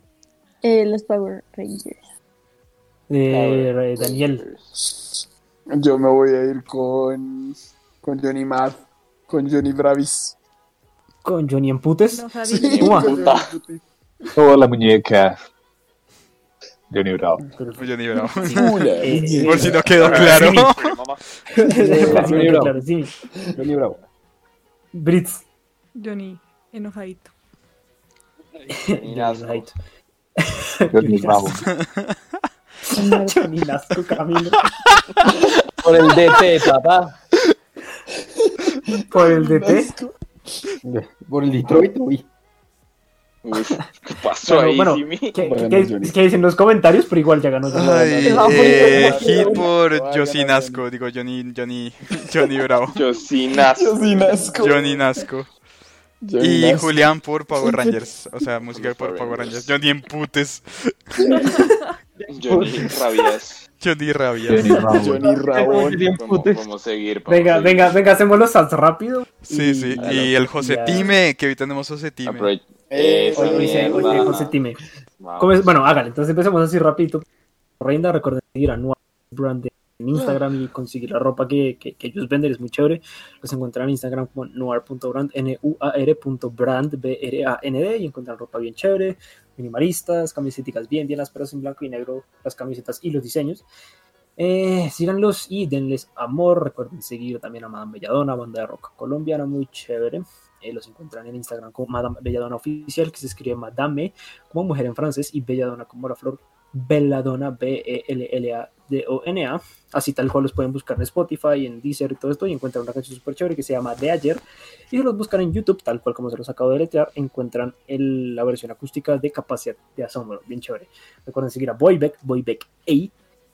S9: Eh, los Power Rangers.
S3: Eh, eh, Daniel.
S5: Yo me voy a ir con. Con Johnny Mad. Con Johnny Bravis.
S3: Con Johnny Emputes. Eh,
S8: No sabía.
S3: Puma.
S4: Puta.
S10: Oh, la muñeca. Johnny Bravo.
S2: Pues Johnny Bravo.
S4: Ah,
S3: Eh, eh,
S2: Por si no quedó claro.
S4: Pero, Este, mamá,
S3: Johnny
S6: Johnny Bravo.
S3: Claro, sí.
S6: Johnny Bravo.
S3: Brits.
S8: Johnny, enojadito.
S4: Johnny Nasco.
S10: Johnny Bravo.
S3: Johnny Nasco, Camilo.
S7: Por el DT, papá.
S3: Por el DT.
S6: Por el Detroit, uy.
S4: Uy, ¿Qué pasó
S3: Bueno,
S4: ahí,
S3: bueno,
S4: Jimmy?
S3: ¿qué, qué-
S5: Bueno,
S3: qué-
S5: Johnny.
S3: qué dicen los comentarios? Pero igual ya ganó. ya ganó, ya
S2: Ay,
S3: ganó.
S2: eh, hit
S5: Ay,
S2: por
S5: ganó
S2: Josie
S5: Johnny.
S2: Nasco. Digo, Johnny, Johnny, Johnny Bravo.
S4: Yo sí, Nasco.
S5: Yo sin asco.
S2: Johnny Nasco. Y
S5: Johnny Nash.
S2: Julián por Power Rangers. O sea, música por Power Rangers. Johnny en putes.
S4: Johnny Rabias.
S2: Johnny Rabia.
S10: Johnny Raúl.
S5: Johnny Rabón.
S4: Podemos, podemos seguir. podemos
S3: Venga,
S4: seguir.
S3: venga, venga, hacemos los salts rápido.
S2: Sí, sí. Y el José
S3: ya.
S2: Time, que hoy tenemos José Time.
S4: Aprove- Esa
S3: Oye, oye,
S4: mierda.
S3: oye, José Time.
S4: Vamos.
S3: ¿Cómo es? Bueno, hágale, entonces empecemos así rapidito. Reinda, recuerden seguir a Noir Brand en Instagram y conseguir la ropa que, que, que ellos venden, es muy chévere. Los encuentran en Instagram como noir.brand, N-U-A-R.brand, B-R-A-N-D, y encuentran ropa bien chévere, minimalistas, camisetas bien, bien ásperas en blanco y negro, las camisetas y los diseños. Eh, síganlos y denles amor. Recuerden seguir también a Madame Belladona, banda de rock colombiana, muy chévere. Eh, los encuentran en Instagram como Madame Belladona Oficial, que se escribe Madame como mujer en francés y Belladona como la flor Belladona B-E-L-L-A-D-O-N-A. Así tal cual los pueden buscar en Spotify, en Deezer y todo esto y encuentran una canción súper chévere que se llama De Ayer. Y si los buscan en YouTube, tal cual como se los acabo de letrear, encuentran el- la versión acústica de Capacidad de Asombro. Bien chévere. Recuerden seguir a Boybeck, Boybeck A.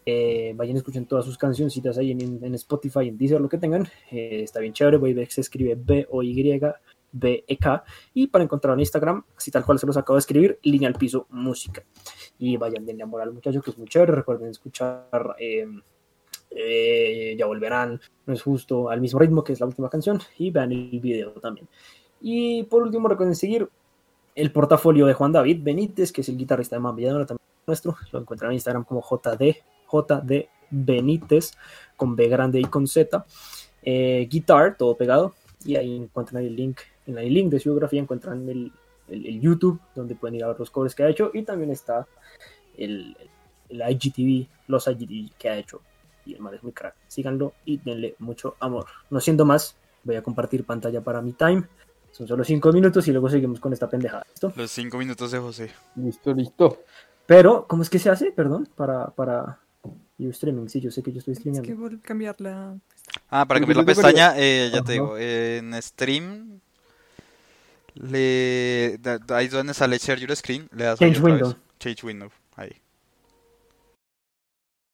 S3: Eh, vayan y escuchen todas sus cancioncitas ahí en, en Spotify, en Deezer, lo que tengan. Eh, está bien chévere. Boybeck se escribe B-O-Y-B-E-K y para encontrar en Instagram, así tal cual se los acabo de escribir, línea al piso música. Y vayan, denle amor al muchacho, que es muy chévere. Recuerden escuchar eh, eh, Ya Volverán, No es Justo, al mismo ritmo que es la última canción, y vean el video también. Y por último, recuerden seguir el portafolio de Juan David Benítez, que es el guitarrista de Mambilladora también nuestro. Lo encuentran en Instagram como JD, JD Benítez, con B grande y con Z. Eh, guitar, todo pegado y ahí encuentran el link, en el link de su biografía encuentran el, el- el YouTube donde pueden ir a ver los covers que ha hecho y también está el, el IGTV, los IGTV que ha hecho y el man es muy crack, síganlo y denle mucho amor. No siendo más, voy a compartir pantalla para mi time, son solo 5 minutos y luego seguimos con esta pendejada, ¿listo?
S2: Los cinco minutos de José.
S6: Listo, listo.
S3: Pero, ¿cómo es que se hace? Perdón, para, para yo streaming, sí, yo sé que yo estoy
S8: Es que
S3: streaming.
S8: por cambiar la.
S2: Ah, para cambiar la pestaña, eh, ya te digo, eh, en stream. Le, da- da- ahí es donde sale Share Your Screen. Le das a
S3: Change
S2: otra vez.
S3: window.
S2: Change Window. Ahí.